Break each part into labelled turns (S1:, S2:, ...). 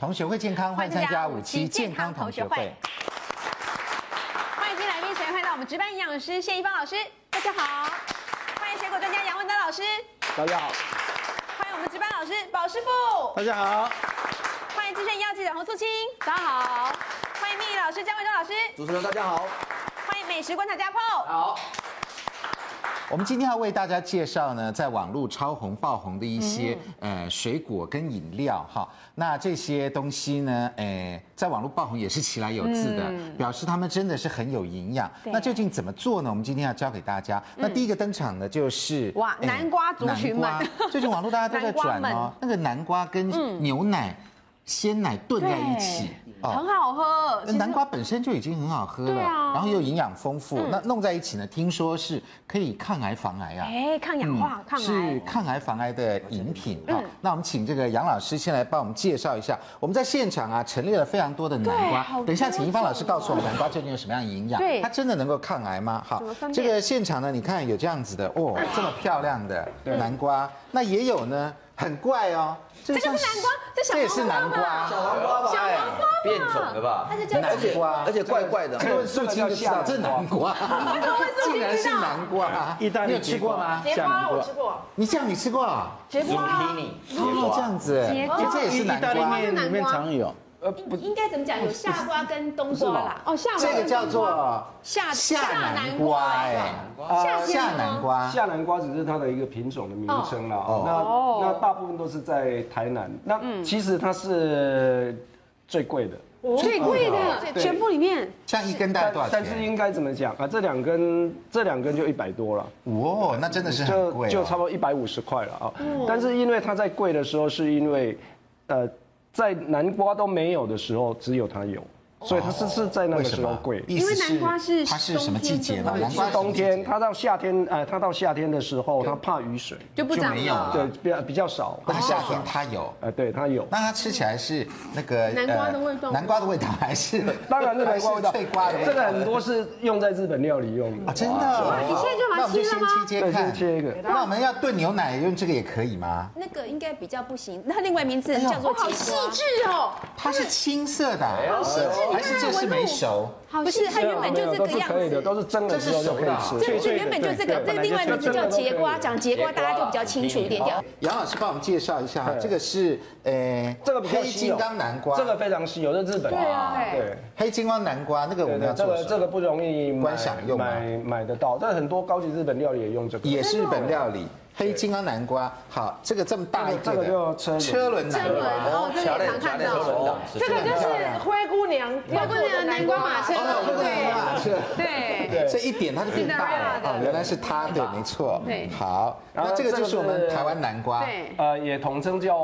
S1: 同学会健康，欢迎参加五期健康同学会。
S2: 欢迎新来宾，首先欢迎到我们值班营养师谢一芳老师，大家好；欢迎水果专家杨文德老师，
S3: 大家好，
S2: 欢迎我们值班老师宝师傅，
S3: 大家好，
S2: 欢迎资深医药记者洪素清，大家好；欢迎命理老师江伟忠老师，
S3: 主持人大家好，
S2: 欢迎美食观察家 PO。
S3: 好，
S1: 我们今天要为大家介绍呢，在网络超红爆红的一些、呃水果跟饮料哈。那这些东西呢，呃，在网络爆红也是其来有自的，表示他们真的是很有营养。
S2: 对
S1: 那究竟怎么做呢？我们今天要教给大家。那第一个登场的就是
S2: 哇
S1: 呃
S2: 南瓜族群们
S1: 南瓜最近网络大家都在
S2: 南
S1: 转
S2: 瓜们
S1: 哦，那个 南瓜嗯跟牛奶、鲜奶炖在一起哦
S2: 很好喝，呃其实
S1: 南瓜本身就已经很好喝了，
S2: 对啊嗯
S1: 然后又营养丰富，那弄在一起呢，听说是可以抗癌防癌啊。
S2: 哎，抗氧化、抗
S1: 是
S2: 癌，嗯
S1: 抗癌防癌的饮品哈、那我们请这个杨老师先来帮我们介绍一下。我们在现场啊陈列了非常多的南瓜
S2: 对好多，啊
S1: 等一下请一芳老师告诉我们南瓜究竟有什么样的营养
S2: 对，
S1: 它真的能够抗癌吗？哈
S2: 怎么分
S1: 这
S2: 辨啊
S1: 个现场呢，你看有这样子的哦，这么漂亮的南瓜，那也有呢，很怪哦，这
S2: 这个是南瓜这小
S1: 这也是
S2: 黄
S1: 南
S2: 瓜
S1: 瓜，
S3: 黄瓜吧，哎
S4: 变种了吧？
S1: 南瓜，
S3: 而且怪怪
S5: 哦
S3: 的，
S1: 问素清就知道啊这是南瓜，竟然是南瓜，
S6: 意大利
S1: 你有吃过吗？
S6: 结瓜我吃过，
S1: 你这样你吃过啊？
S2: 结果啊
S4: zucchini
S1: 哦，这样子，
S2: 结瓜
S1: 哎这也是
S6: 意
S1: 南
S6: 大利
S1: 瓜，
S6: 面里面常有，
S7: 应该怎么讲？有夏瓜跟冬瓜啦。
S2: 哦，下午
S1: 这个叫做
S2: 下
S1: 夏南瓜，哎，
S2: 夏
S1: 呃
S2: 天
S1: 夏
S2: 吗
S1: 南瓜，
S5: 夏南瓜只是它的一个品种的名称啦。
S2: 哦
S5: 哦，那那大部分都是在台南。
S1: 嗯
S5: 那其实它是最贵的，
S7: 哦
S2: 最贵
S1: 哦
S2: 的，
S5: 对
S2: 全部里面
S1: 像一根大概
S5: 但
S1: 多少
S5: 但是
S1: 钱？
S5: 应该怎么讲啊？这两根这两根就一百多了。
S1: 哦，那真的是很
S5: 就
S1: 贵哦，
S5: 就差不多一百五十块了啊、
S1: 嗯
S5: 但是因为它在贵的时候，是因为，呃，在南瓜都没有的时候，只有它有，所以它是
S1: 哦
S5: 是在那
S1: 为
S5: 个
S1: 什
S5: 时候
S1: 么
S5: 贵？。
S1: 意思
S2: 因为南瓜是
S1: 它是什么季节呢？
S2: 冬天的
S1: 南瓜
S5: 是
S1: 什么
S5: 冬
S1: 季节
S5: 天，它到夏天，呃，它到夏天的时候，它怕雨水，
S2: 就不
S1: 就
S2: 长
S1: 没有啊哦
S2: 了
S1: 了。
S5: 对，比较比较少。
S1: 但夏
S2: 哦
S1: 天它有。
S5: 呃，对，它有。
S1: 那它吃起来是那个
S2: 南瓜的味道
S1: 呃南瓜的味道还是
S5: 当然，这个
S1: 还
S5: 南
S1: 是
S5: 瓜味道
S1: 脆瓜的味道，
S5: 这个很多是用在日本料理用
S1: 啊，
S5: 的。
S1: 真的哦？
S2: 你现在就把它
S1: 那我们就
S2: 切了吗
S1: 先切切
S5: 对
S1: 看，
S5: 先切一个
S1: 那我们要炖牛奶用这个也可以吗？
S7: 那个应该比较不行，它另外名字
S1: 哎呦
S7: 叫做啊
S2: 好
S7: 节
S2: 细
S7: 瓜，
S2: 致哦，
S1: 它是青色的啊，还是这是没熟？
S2: 好
S7: 不
S2: 细
S7: 是
S2: 致
S7: 它原本就
S5: 没有
S7: 这
S5: 都
S7: 个
S5: 是
S7: 样
S5: 可以的，
S7: 子。
S5: 都是蒸了之后就可
S1: 啊
S5: 以吃。
S7: 这不是原本就这个，这个另外名字叫节
S2: 啊
S7: 瓜，讲节
S3: 啊
S7: 瓜大家就比较清楚一点点。
S1: 杨老师帮我们介绍一下，这个是呃，
S5: 这个比较
S1: 黑
S5: 稀
S1: 金
S5: 有，
S1: 刚南瓜，
S5: 这个非常稀有，这是日本。对啊，对。
S1: 黑金刚南瓜，那个我
S5: 对
S1: 们
S5: 对
S1: 要，
S5: 这
S1: 做
S5: 个
S1: 什
S5: 这
S1: 么？
S5: 个不容易买
S1: 观赏用吗啊
S5: 买买得到，但很多高级日本料理也用这个。
S1: 也是日本料
S2: 哦
S1: 理，黑金刚南瓜。好，这个这么大一
S5: 这个
S1: 的
S5: 这个就车轮
S1: 车轮南
S2: 真轮
S1: 瓜。
S2: 哦，这个也常看到。
S1: 哦
S6: 这个就是灰姑娘
S2: 外
S6: 要
S2: 国
S6: 做
S2: 人的
S6: 的
S2: 南
S6: 南
S2: 瓜
S6: 瓜
S2: 马
S6: 马
S2: 车
S6: 车，
S1: 哦，这个南瓜是。
S2: 对，
S1: 这一点它就变大了
S2: Cinderella 的
S1: 哦，原来是它，对，没错，
S2: 对
S1: 好，
S5: 然后
S1: 那这个
S5: 这
S1: 就
S5: 个
S1: 是我们
S5: 是
S1: 台湾南瓜，
S2: 对
S5: 呃，也统称叫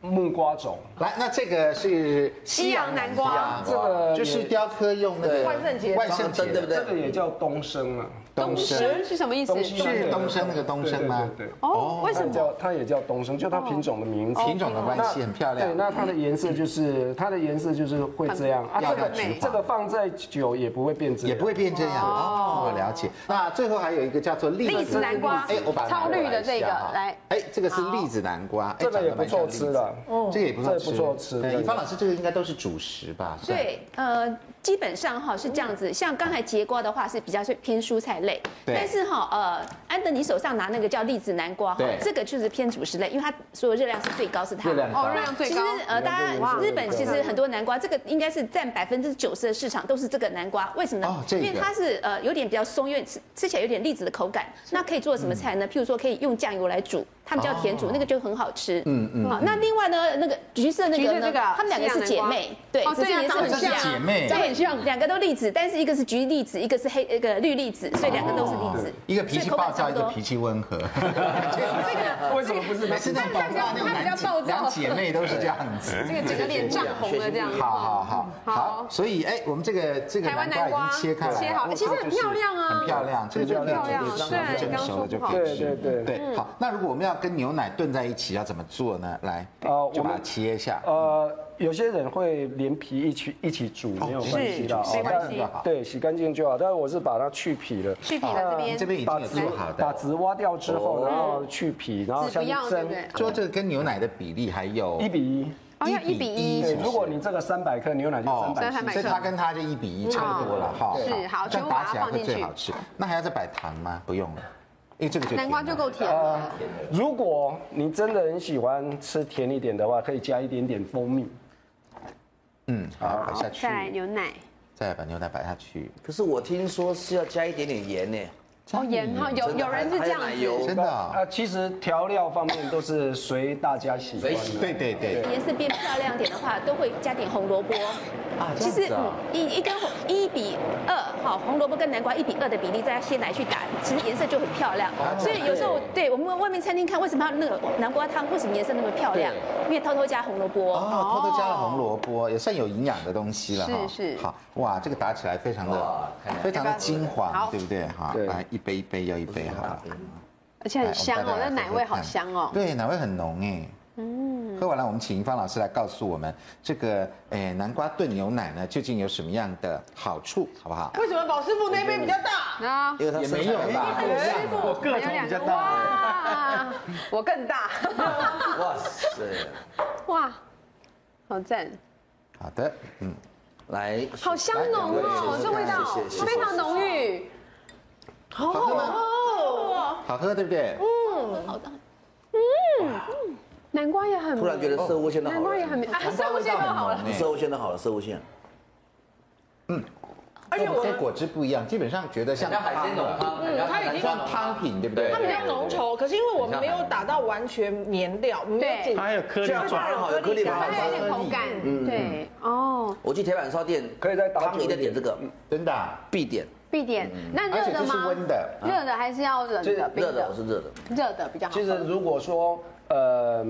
S5: 木瓜种。
S1: 来，那这个是
S2: 西洋南瓜
S5: 这个也
S1: 哦就是雕刻用那个
S6: 万圣节
S1: 万圣节
S4: 对不对
S5: 这个也叫东升啊，
S1: 东升
S2: 生是什么意思？
S5: 东升哦
S1: 是东升那个东升吗
S5: 对对对对
S2: 哦，为什
S5: 它也
S2: 么？哦
S5: 叫它也叫东升，就它品种的名字。
S1: 品种的关
S5: 那
S1: 系很漂亮
S5: 对，，那它的颜色就是它的颜色就是会这样啊，
S1: 要
S5: 这
S1: 的
S5: 个
S1: 橘黄
S5: 这个放在久也不会变质，
S1: 也不会变这样哦。我了解。那最后还有一个叫做栗
S2: 栗子南瓜
S1: 哎，我把它拿
S2: 超绿的
S1: 过来一下
S2: 这个
S1: 哈
S2: 来
S1: 哎，这个是栗子南瓜，哎
S5: 这个也不错吃，的。
S1: 长得蛮像栗子这个也不错吃，
S5: 这也不错吃
S1: 哎
S5: 对
S1: 以芳老师，这个应该都是主食吧？算
S7: 对，呃，基本上哈是这样子，像刚才节瓜的话是比较是偏蔬菜类，
S1: 对
S7: 但是哈呃，安德你手上拿那个叫栗子南瓜哈
S1: 对，
S7: 这个就是偏主食类，因为它所有热量是最高是它。
S1: 热量高
S2: 哦，热量最
S7: 其实
S2: 高。
S7: 呃，大家日本其实很多南瓜，这个应该是占百分之九十的市场都是这个南瓜，为什么
S1: 哦
S7: 呢？
S1: 这个
S7: 因为它是呃有点比较松，有点吃吃起来有点栗子的口感。那可以做什么菜呢？
S1: 嗯
S7: 譬如说可以用酱油来煮，他们叫甜
S1: 哦
S7: 煮，那个就很好吃。嗯嗯。好，那另外呢，那个橘色那
S2: 橘
S7: 个
S2: 色
S7: 呢
S2: 这个，
S7: 他们两个是姐妹，对
S2: 哦，
S7: 只
S2: 对
S7: 是
S2: 啊
S7: 颜色很
S2: 长得
S7: 像
S2: 很。像
S1: 姐妹
S7: 对，
S2: 长得很像
S7: 两个都栗子，但是一个是橘栗子，一个是黑那个绿栗子，所以两个都是栗子。
S1: 哦一个脾气
S7: 所以口
S1: 暴
S7: 感
S1: 躁，
S7: 差不
S1: 一个
S7: 多
S1: 脾气温 和。
S2: 这
S7: 呃
S2: 个
S5: 为什么不是
S1: 每次那种爆炸那种
S2: 他比较
S1: 男姐
S2: 暴躁
S1: 两姐妹都是这样子。
S2: 这个整个脸涨红了这样。
S1: 好好好
S2: 好
S1: 好，所以哎，我们这个这个
S2: 台湾
S1: 南瓜
S2: 南
S1: 已
S2: 瓜
S1: 经切开来了，
S2: 切好哎了，其实很漂亮啊，
S1: 很漂亮，这个就
S5: 漂亮
S1: 可以
S2: 漂亮啊
S1: 吃了
S2: 对
S1: 蒸熟了就可以吃。
S5: 对对对
S1: 对，
S2: 嗯
S1: 好。那如果我们要跟牛奶炖在一起，要怎么做呢？来，
S5: 呃我
S1: 就把它
S5: 们
S1: 切一下。
S5: 呃，有些人会连皮一起一起煮，没有关系的，
S2: 哦是没关系
S5: 但对，洗干净就好。但是我是把它去皮了，
S2: 去皮的这边，
S1: 这边已经
S5: 把
S1: 有
S5: 籽
S1: 做好
S5: 把
S1: 的，哦
S5: 籽挖掉之后，然后去皮，然后
S2: 籽
S5: 下
S2: 不
S5: 去
S2: 要对
S5: 蒸
S2: 不对？
S1: 说这个跟牛奶的比例还有
S5: 一比一，
S2: 哦要一比一
S1: 是
S5: 对
S1: 不，是
S5: 如果你这个三百克牛奶就
S1: 哦
S5: 三百克，
S2: 300克
S1: 所以它跟它就一比一差不多了哈。
S2: 嗯是好
S1: 这
S2: 全
S1: 样
S2: 部
S1: 打
S2: 把它
S1: 起来
S2: 放
S1: 会
S2: 进去
S1: 最好吃。那还要再摆糖吗？不用了，因为这个就
S2: 南瓜就
S1: 甜了
S2: 够甜了。
S5: 如果你真的很喜欢吃甜一点的话，可以加一点点蜂蜜。
S1: 嗯，好，摆下去
S2: 再，来牛奶，
S1: 再把牛奶摆下去。
S3: 可是我听说是要加一点点盐呢，
S2: 哦盐哈，有
S3: 真的
S2: 有人是
S3: 还
S2: 这样
S3: 还有奶油
S2: 子，
S1: 真的啊
S5: 呃，其实调料方面都是随大家喜欢
S3: 随喜
S5: 的。
S1: 对对对，
S7: 颜色变漂亮点的话，都会加点红萝卜。啊，其实嗯，一一根红一比二，好，红萝卜跟南瓜一比二的比例，再加鲜奶去打，其实颜色就很漂亮。所以有时候哦对我们外面餐厅看，为什么要那个南瓜汤，为什么颜色那么漂亮？因为偷偷加红萝卜。
S1: 哦，偷偷加了红萝卜，也算有营养的东西了哈。
S2: 是是
S1: 好，哇，这个打起来非常
S3: 哇
S1: 的
S3: 看起来
S1: 非常的金黄，
S2: 好
S1: 对不对？哈，
S5: 对
S1: 来一杯一杯要一杯好了。
S2: 而且很香
S1: 来
S2: 哦
S1: 哎我，
S2: 那
S1: 们大家
S2: 奶
S1: 来喝喝
S2: 味好
S1: 看
S2: 香哦。
S1: 对，奶味很浓哎。嗯，喝完了，我们请银芳老师来告诉我们这个诶南瓜炖牛奶呢究竟有什么样的好处，好不好？
S6: 为什么宝师傅那杯比较大？
S2: 那
S3: 因为它
S1: 也没
S3: 身材
S1: 有
S3: 很
S1: 啦
S3: 大
S1: 不一样啊
S6: 我个
S2: 还有两个哇
S6: 我更大。
S3: 哇塞，
S2: 哇，好赞，
S1: 好的，嗯，
S3: 来，
S2: 好香浓哦，这味道非常浓郁。
S1: 好喝吗？好喝对不对？
S2: 南瓜也很，
S3: 突然觉得色物线都
S2: 南
S3: 好
S2: 瓜也
S3: 了
S2: 很，，啊，生物线都好了。
S1: 哎
S3: 色物线都好了，色物线。
S6: 而且我
S1: 跟
S6: 们
S1: 果汁不一样，基本上觉得像
S4: 像海鲜浓汤，嗯，
S6: 它已经
S1: 像汤品，对不对？
S6: 它比较浓稠，可是因为我们没有打到完全绵料，没有
S2: 对
S6: 煮
S8: 还有颗粒
S3: 这样
S8: 状，
S3: 反而好有颗粒感
S2: 它有一点口感，对，哦，
S3: 我去铁板烧店，
S5: 可以再打
S3: 汤
S5: 久
S3: 一
S5: 一
S3: 定
S5: 点
S3: 点这个
S1: 真的啊，
S3: 必点，
S2: 必点。那
S1: 而
S2: 热
S1: 且
S2: 的
S1: 这
S2: 吗
S1: 是？温的，
S2: 热的还是要冷
S5: 这
S2: 的？冰
S3: 热的我是热的，
S2: 热的比较好喝。
S5: 其实如果说呃，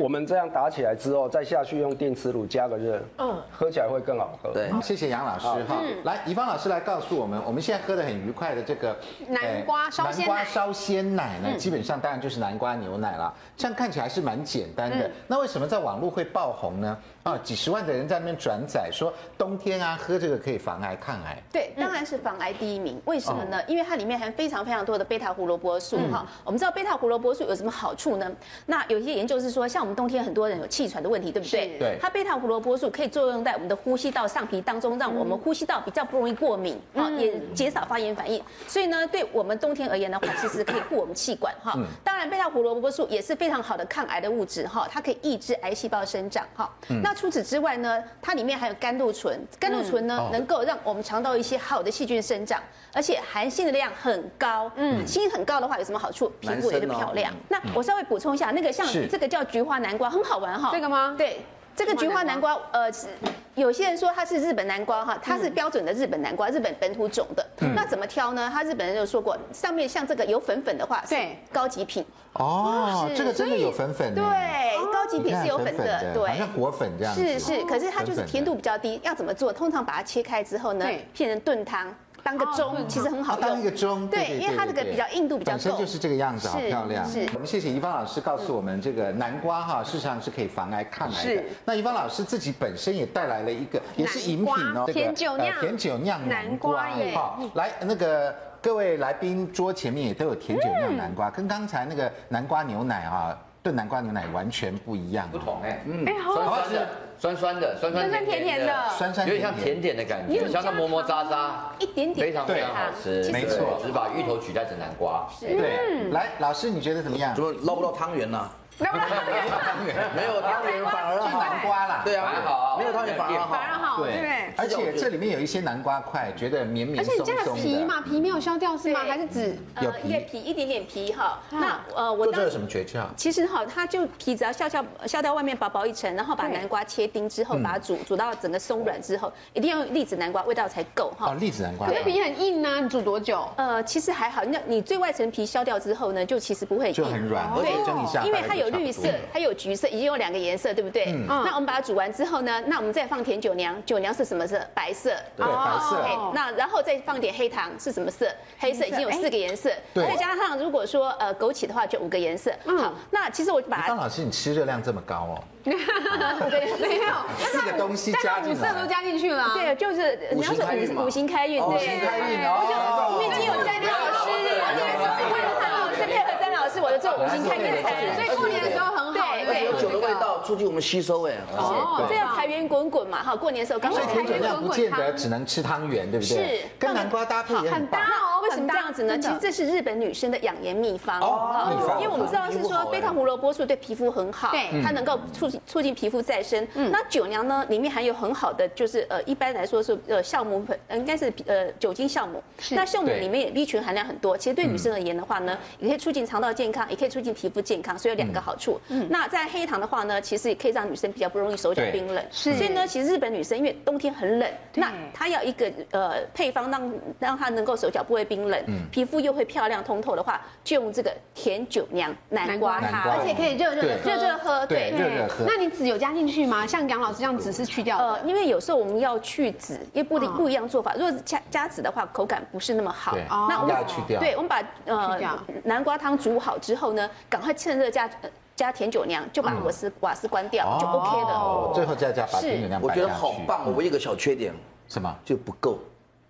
S5: 我们这样打起来之后，再下去用电磁炉加个热，嗯，喝起来会更好喝。
S3: 对，
S1: 谢谢杨老师哈，
S7: 嗯
S1: 来，怡芳老师来告诉我们，我们现在喝的很愉快的这个
S2: 南瓜
S1: 呃
S2: 烧鲜奶
S1: 南瓜烧鲜奶
S7: 嗯
S1: 呢，基本上当然就是南瓜牛奶了。这样看起来是蛮简单
S7: 嗯
S1: 的，那为什么在网络会爆红呢？啊，几十万的人在那边转载说，冬天啊喝这个可以防癌抗癌。
S7: 对，当然是防癌第一名。为什么呢？因为它里面含非常非常多的贝塔胡萝卜素哈。我们知道贝塔胡萝卜素有什么好处呢？那有一些研究是说，像我们冬天很多人有气喘的问题，对不对？
S1: 对
S7: 它贝塔胡萝卜素可以作用在我们的呼吸道上皮当中，让我们呼吸道比较不容易过敏啊，也减少发炎反应。所以呢，对我们冬天而言的话，其实可以护我们气管哈。当然，贝塔胡萝卜素也是非常好的抗癌的物质哈，它可以抑制癌细胞生长哈。那除此之外呢，它里面还有甘露醇，甘露醇呢
S1: 哦
S7: 能够让我们肠道一些好的细菌生长，而且含锌的量很高。嗯，锌很高的话有什么好处？皮
S3: 男
S7: 肤也
S3: 生
S7: 会
S3: 哦
S7: 漂亮。那我稍微补充一下，那个像
S1: 是
S7: 这个叫菊花南瓜，很好玩哈。
S2: 这个吗
S7: 对，这个菊花南瓜，呃，是有些人说它是日本南瓜哈，它是标准的日本南瓜，
S2: 嗯
S7: 日本本土种的。那怎么挑呢？他日本人就说过，上面像这个有粉粉的话，是
S2: 对
S7: 高级品。
S1: 哦，这个真的有粉粉呢，
S2: 哦
S7: 对，高
S1: 嗯
S7: 级
S1: 你
S7: 品
S1: 看
S7: 是有
S1: 粉
S7: 粉的，
S1: 好
S7: 对
S1: 像。果粉这样子。
S7: 是是，可是它
S1: 粉
S7: 就是
S1: 粉的
S7: 甜度比较低，要怎么做？通常把它切开之后呢
S2: 对，
S7: 片成炖汤，当个
S2: 哦炖
S7: 盅，
S2: 汤
S7: 其实很好
S1: 啊
S7: 用。
S1: 当一个钟，
S7: 对，因为它这个比较硬度比较
S1: 本身
S7: 够。
S1: 就是这个样子，好
S7: 是
S1: 漂亮。
S7: 是
S1: 我们谢谢怡芳老师告诉我们，这个南瓜哈，事实上是可以防癌抗癌的
S2: 是。
S1: 那怡芳老师自己本身也带来了一个，也是饮品
S2: 南瓜
S1: 哦，这个
S2: 甜酒酿
S1: 呃甜酒酿南
S2: 南
S1: 瓜
S2: 瓜耶
S1: 哈。来，那个各位来宾桌前面也都有甜酒酿南
S7: 嗯
S1: 瓜，跟刚才那个南瓜牛奶啊，炖南瓜牛奶完全不一样哦。
S4: 不同哎，嗯，
S2: 哎，好
S4: 酸
S2: 好
S4: 酸的，酸酸的，酸酸
S2: 酸酸甜甜
S4: 甜甜
S2: 的
S4: 的，
S1: 酸酸
S4: 有
S1: 甜
S4: 点像甜点的感觉，像那磨磨喳喳，
S7: 一点点
S4: 非常
S1: 对
S4: 非常好吃，
S1: 没错
S4: 对只把芋头取代成南瓜，
S1: 对，
S7: 嗯
S1: 来，老师你觉得怎么样
S3: 怎？么捞不到汤圆呢？ 没有汤圆反而
S1: 炖
S3: 好，
S1: 南瓜啦，
S3: 对啊，
S4: 反而好
S3: 没有汤圆反而好，
S2: 反而好，对不哦对
S1: 对？，而且这里面有一些南瓜块，觉得绵绵
S2: 而且你
S1: 松
S2: 加了
S1: 松
S2: 皮
S1: 的。
S2: 嘛，皮没有削掉是吗？
S7: 对
S2: 还是籽？
S1: 有
S7: 呃，
S1: 皮
S7: 叶皮一点点皮哈。那
S2: 啊
S7: 呃，我
S1: 做这
S7: 当
S1: 有什么诀窍？
S7: 其实哈，它就皮只要削削削掉外面薄薄一层，然后把
S2: 对
S7: 南瓜切丁之后，
S1: 嗯
S7: 把它煮煮到整个松软之后，一定要用栗子南瓜，味道才够
S1: 哦
S7: 哈，。
S1: 栗子南瓜
S2: 可。是皮很硬啊，你煮多久？
S7: 呃，其实还好，那你最外层皮削掉之后呢，就其实不会
S1: 就
S7: 硬
S1: 很软，而
S7: 对
S1: 且蒸一下，
S7: 哦因为它有绿色，它有橘色，已经有两个颜色，对不对？
S1: 嗯
S7: 那我们把它煮完之后呢，那我们再放甜酒酿，酒酿是什么色？白色。
S1: 对，白色。
S7: 哎那然后再放点黑糖是什么色？黑色已经哎有四个颜色，
S1: 对
S7: 再加上如果说呃枸杞的话，就五个颜色。好，那其实我把
S1: 张
S7: 它
S1: 老师，你吃热量这么高哦，
S2: 没有，
S1: 四个东西加
S2: 五
S1: 进
S2: 色都
S1: 来，
S2: 加进去了啊。
S7: 对，就是你要
S3: 行开运嘛
S7: 说五五行开运，
S1: 五行开运哦
S7: 我就我们已经有詹老师，而且是配合詹老师我的做五行开运的
S2: 所以过年的时候很好
S7: 对，对
S3: 而且有酒的味道促进我们吸收哎。
S7: 是
S2: 哦
S7: 这样财源滚滚嘛哈，过年的时候刚好
S1: 所以
S7: 财
S1: 甜酒
S7: 源
S1: 酿不见得只能吃汤圆，对不对？
S7: 是
S1: 跟南瓜搭配也很
S2: 很
S1: 棒。
S2: 搭哦，
S7: 为什么这样子呢？其实这是日本女生的养颜秘方啊
S1: 哦秘方嗯
S7: 因为我们知道是说贝塔胡萝卜素对皮肤很好，
S2: 对嗯
S7: 它能够促进促进皮肤再生。那酒娘呢，里面含有很好的就是呃，一般来说是呃酵母粉，呃应该是呃酒精酵母。那酵母
S4: 对
S7: 里面也 B 群含量很多，其实对女生而言的话呢，也可以促进肠道健康，也可以促进皮肤健康，所以有两
S1: 嗯
S7: 个好处。
S2: 嗯
S7: 那在黑糖的话呢，其实也可以让女生比较不容易手脚
S4: 对
S7: 冰冷。是，所以呢，其实日本女生因为冬天很冷，那她要一个呃配方让让她能够手脚不会冰冷，
S1: 嗯
S7: 皮肤又会漂亮通透的话，就用这个甜酒酿南瓜
S1: 南
S7: 汤
S1: 瓜，
S2: 而且可以热热的喝，
S7: 热热喝，
S1: 对
S7: 对。
S1: 热热喝
S2: 那你籽有加进去吗？像杨老师这样籽是去掉
S7: 呃
S2: 的，。
S7: 因为有时候我们要去籽，也不一定不一样做法。如果是加加籽的话，口感不是那么好
S1: 对。
S7: 我
S1: 要
S7: 们
S1: 去掉
S7: 对，我们把呃
S2: 去掉
S7: 南瓜汤煮好之后呢，赶快趁热加呃加甜酒酿，就把瓦斯瓦斯关掉，就 OK
S1: 嗯哦
S7: 了。
S1: 最后再加把甜酒酿
S3: 我
S1: 摆
S3: 觉
S1: 上
S3: 得
S1: 去。
S3: 好棒，我有一个小缺点，
S1: 什么？
S3: 就不够。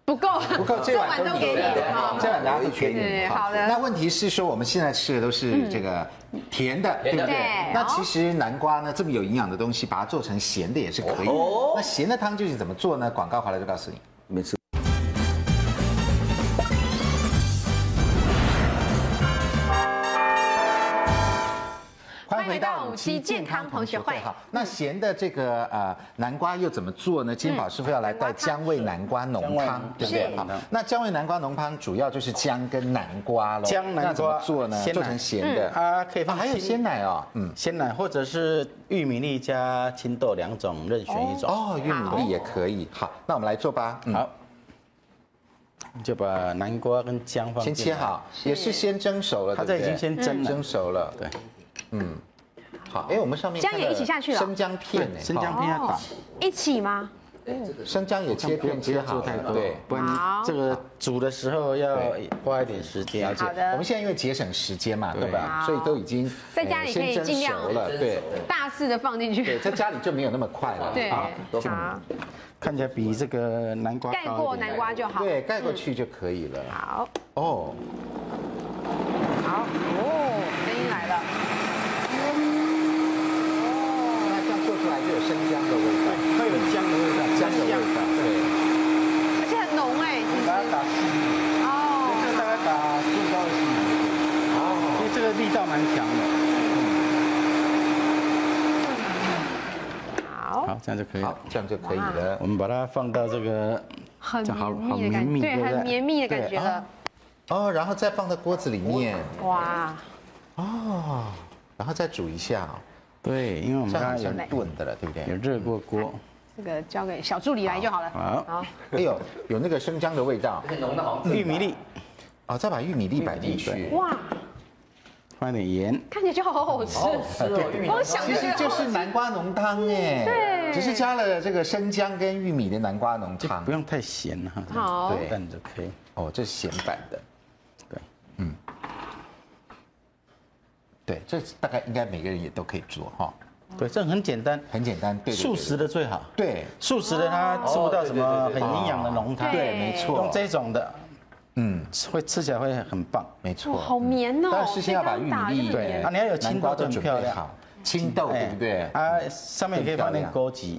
S2: 不够，
S1: 不够，这碗都
S2: 这碗都给
S1: 给你
S2: 你
S1: 了
S2: 好，
S1: 这碗拿回去给
S2: 对
S1: 你。
S2: 好的
S1: 那问题是说，我们现在吃的都是这个嗯甜的，对
S4: 甜
S1: 不
S4: 的
S1: 对
S2: 对？
S1: 那其实南瓜呢，这么有营养的东西，把它做成咸的也是可以的
S3: 哦。
S1: 那咸的汤究竟怎么做呢？广告回来就告诉你。
S3: 每次
S1: 欢迎回到五期健康同学会哈。那咸的这个呃南瓜又怎么做呢？金宝师傅要来带姜味南瓜浓汤，对不对？好，那姜味南瓜浓汤主要就是姜跟南瓜喽。
S8: 姜南瓜
S1: 那怎么做呢？
S8: 鲜奶
S1: 做成咸的
S8: 啊，可以
S1: 啊
S8: 放
S1: 还有
S8: 青
S1: 鲜奶哦，嗯，
S8: 鲜奶或者是玉米粒加青豆两种，任选一种。
S1: 哦，玉米粒也可以。好，那我们来做吧。嗯，
S8: 好，就把南瓜跟姜放
S1: 先
S8: 进
S1: 切
S8: 来。
S1: 好，也是先蒸熟了，
S8: 它
S1: 对不
S8: 这
S1: 对
S8: 已经先蒸了
S1: 蒸熟了。嗯
S8: 对，
S1: 好，哎，我们上面
S2: 姜也一起下去了
S1: 生姜片哎，
S8: 生姜片啊要打，
S2: 一起吗？
S1: 好生姜也切
S8: 不用
S1: 片切好
S8: 做太
S1: 了，
S8: 多
S1: 对。，
S8: 不
S2: 好
S8: 然这个煮的时候要花一点时间。
S1: 了解
S2: 好的
S1: 我们现在因为节省时间嘛，
S8: 对
S1: 对吧？
S2: 好
S1: 所以都已经
S2: 在家里可以
S1: 呃先蒸
S2: 尽量
S1: 熟了，对
S2: 大肆的放进
S1: 对，
S2: 去，
S1: 在家里就没有那么快了。
S2: 对，
S1: 啊
S2: 好，
S8: 看起来比这个南瓜
S2: 盖
S8: 高
S2: 过
S8: 一点
S2: 南瓜就好。
S1: 对，盖过去就可以了。
S2: 好，
S1: 哦，
S2: 好，哦，声音来了，
S1: 哦那这样做出来就有生姜的味道，
S8: 会有姜的味道，
S1: 姜的味道，对，
S2: 而且很浓哎，其
S8: 把它
S2: 实
S8: 打细一点，
S2: 哦，
S8: 这个大概打四到十因为这个力道蛮强的。
S2: 嗯好，
S8: 好，这样就可以
S1: 好
S8: 了。，
S1: 这样就可以了
S8: 我。们把它放到这个
S2: 很
S8: 这好好
S2: 绵
S8: 绵
S2: 密
S8: 密
S2: 的感觉，对，
S8: 对不对
S2: 很绵密的感觉了，
S1: 哦，然后再放到锅子里面，
S2: 哇，
S1: 哦，然后再煮一下哦，
S8: 对，因为我们
S1: 这样
S8: 刚
S1: 好
S8: 刚有
S1: 像炖的了，对不
S8: 嗯
S1: 对？
S8: 有热过锅，
S2: 这个交给小助理来就好了。
S8: 好，
S1: 哎呦，有那个生姜的味道
S4: 而且浓的好像
S8: 玉米粒
S1: 哦，再把玉米粒摆进去，
S2: 哇，
S8: 放一点盐，
S2: 看起来就好好吃，
S4: 是哦，玉米浓
S2: 光
S4: 汤
S2: 想
S1: 其
S2: 就觉
S1: 实
S2: 得
S1: 就是南瓜浓汤哎，对，只是加了这个生姜跟玉米的南瓜浓
S8: 就
S1: 汤
S8: 不，用太咸了哈，
S2: 好
S1: 对
S8: 淡就可以。
S1: 哦，这是咸版的，嗯
S8: 对，
S1: 对，这大概应该每个人也都可以做哈，
S8: 对，这很简单，
S1: 很简单，对，对
S8: 素食，的最好。
S1: 对哦对，
S8: 素食的它
S2: 哦
S8: 吃不到什么很营养的浓汤，
S1: 对，没错
S8: 用，这种的
S1: 嗯，
S8: 会吃起来会很棒。
S1: 没错，嗯
S2: 好绵哦
S1: 但是先要把玉米粒
S2: 这个
S8: 对啊你要有青
S1: 南瓜都
S8: 豆就很
S1: 准
S8: 漂
S1: 备
S8: 亮
S1: 好，青豆哦对不对？
S8: 啊，上面也可以放点枸杞，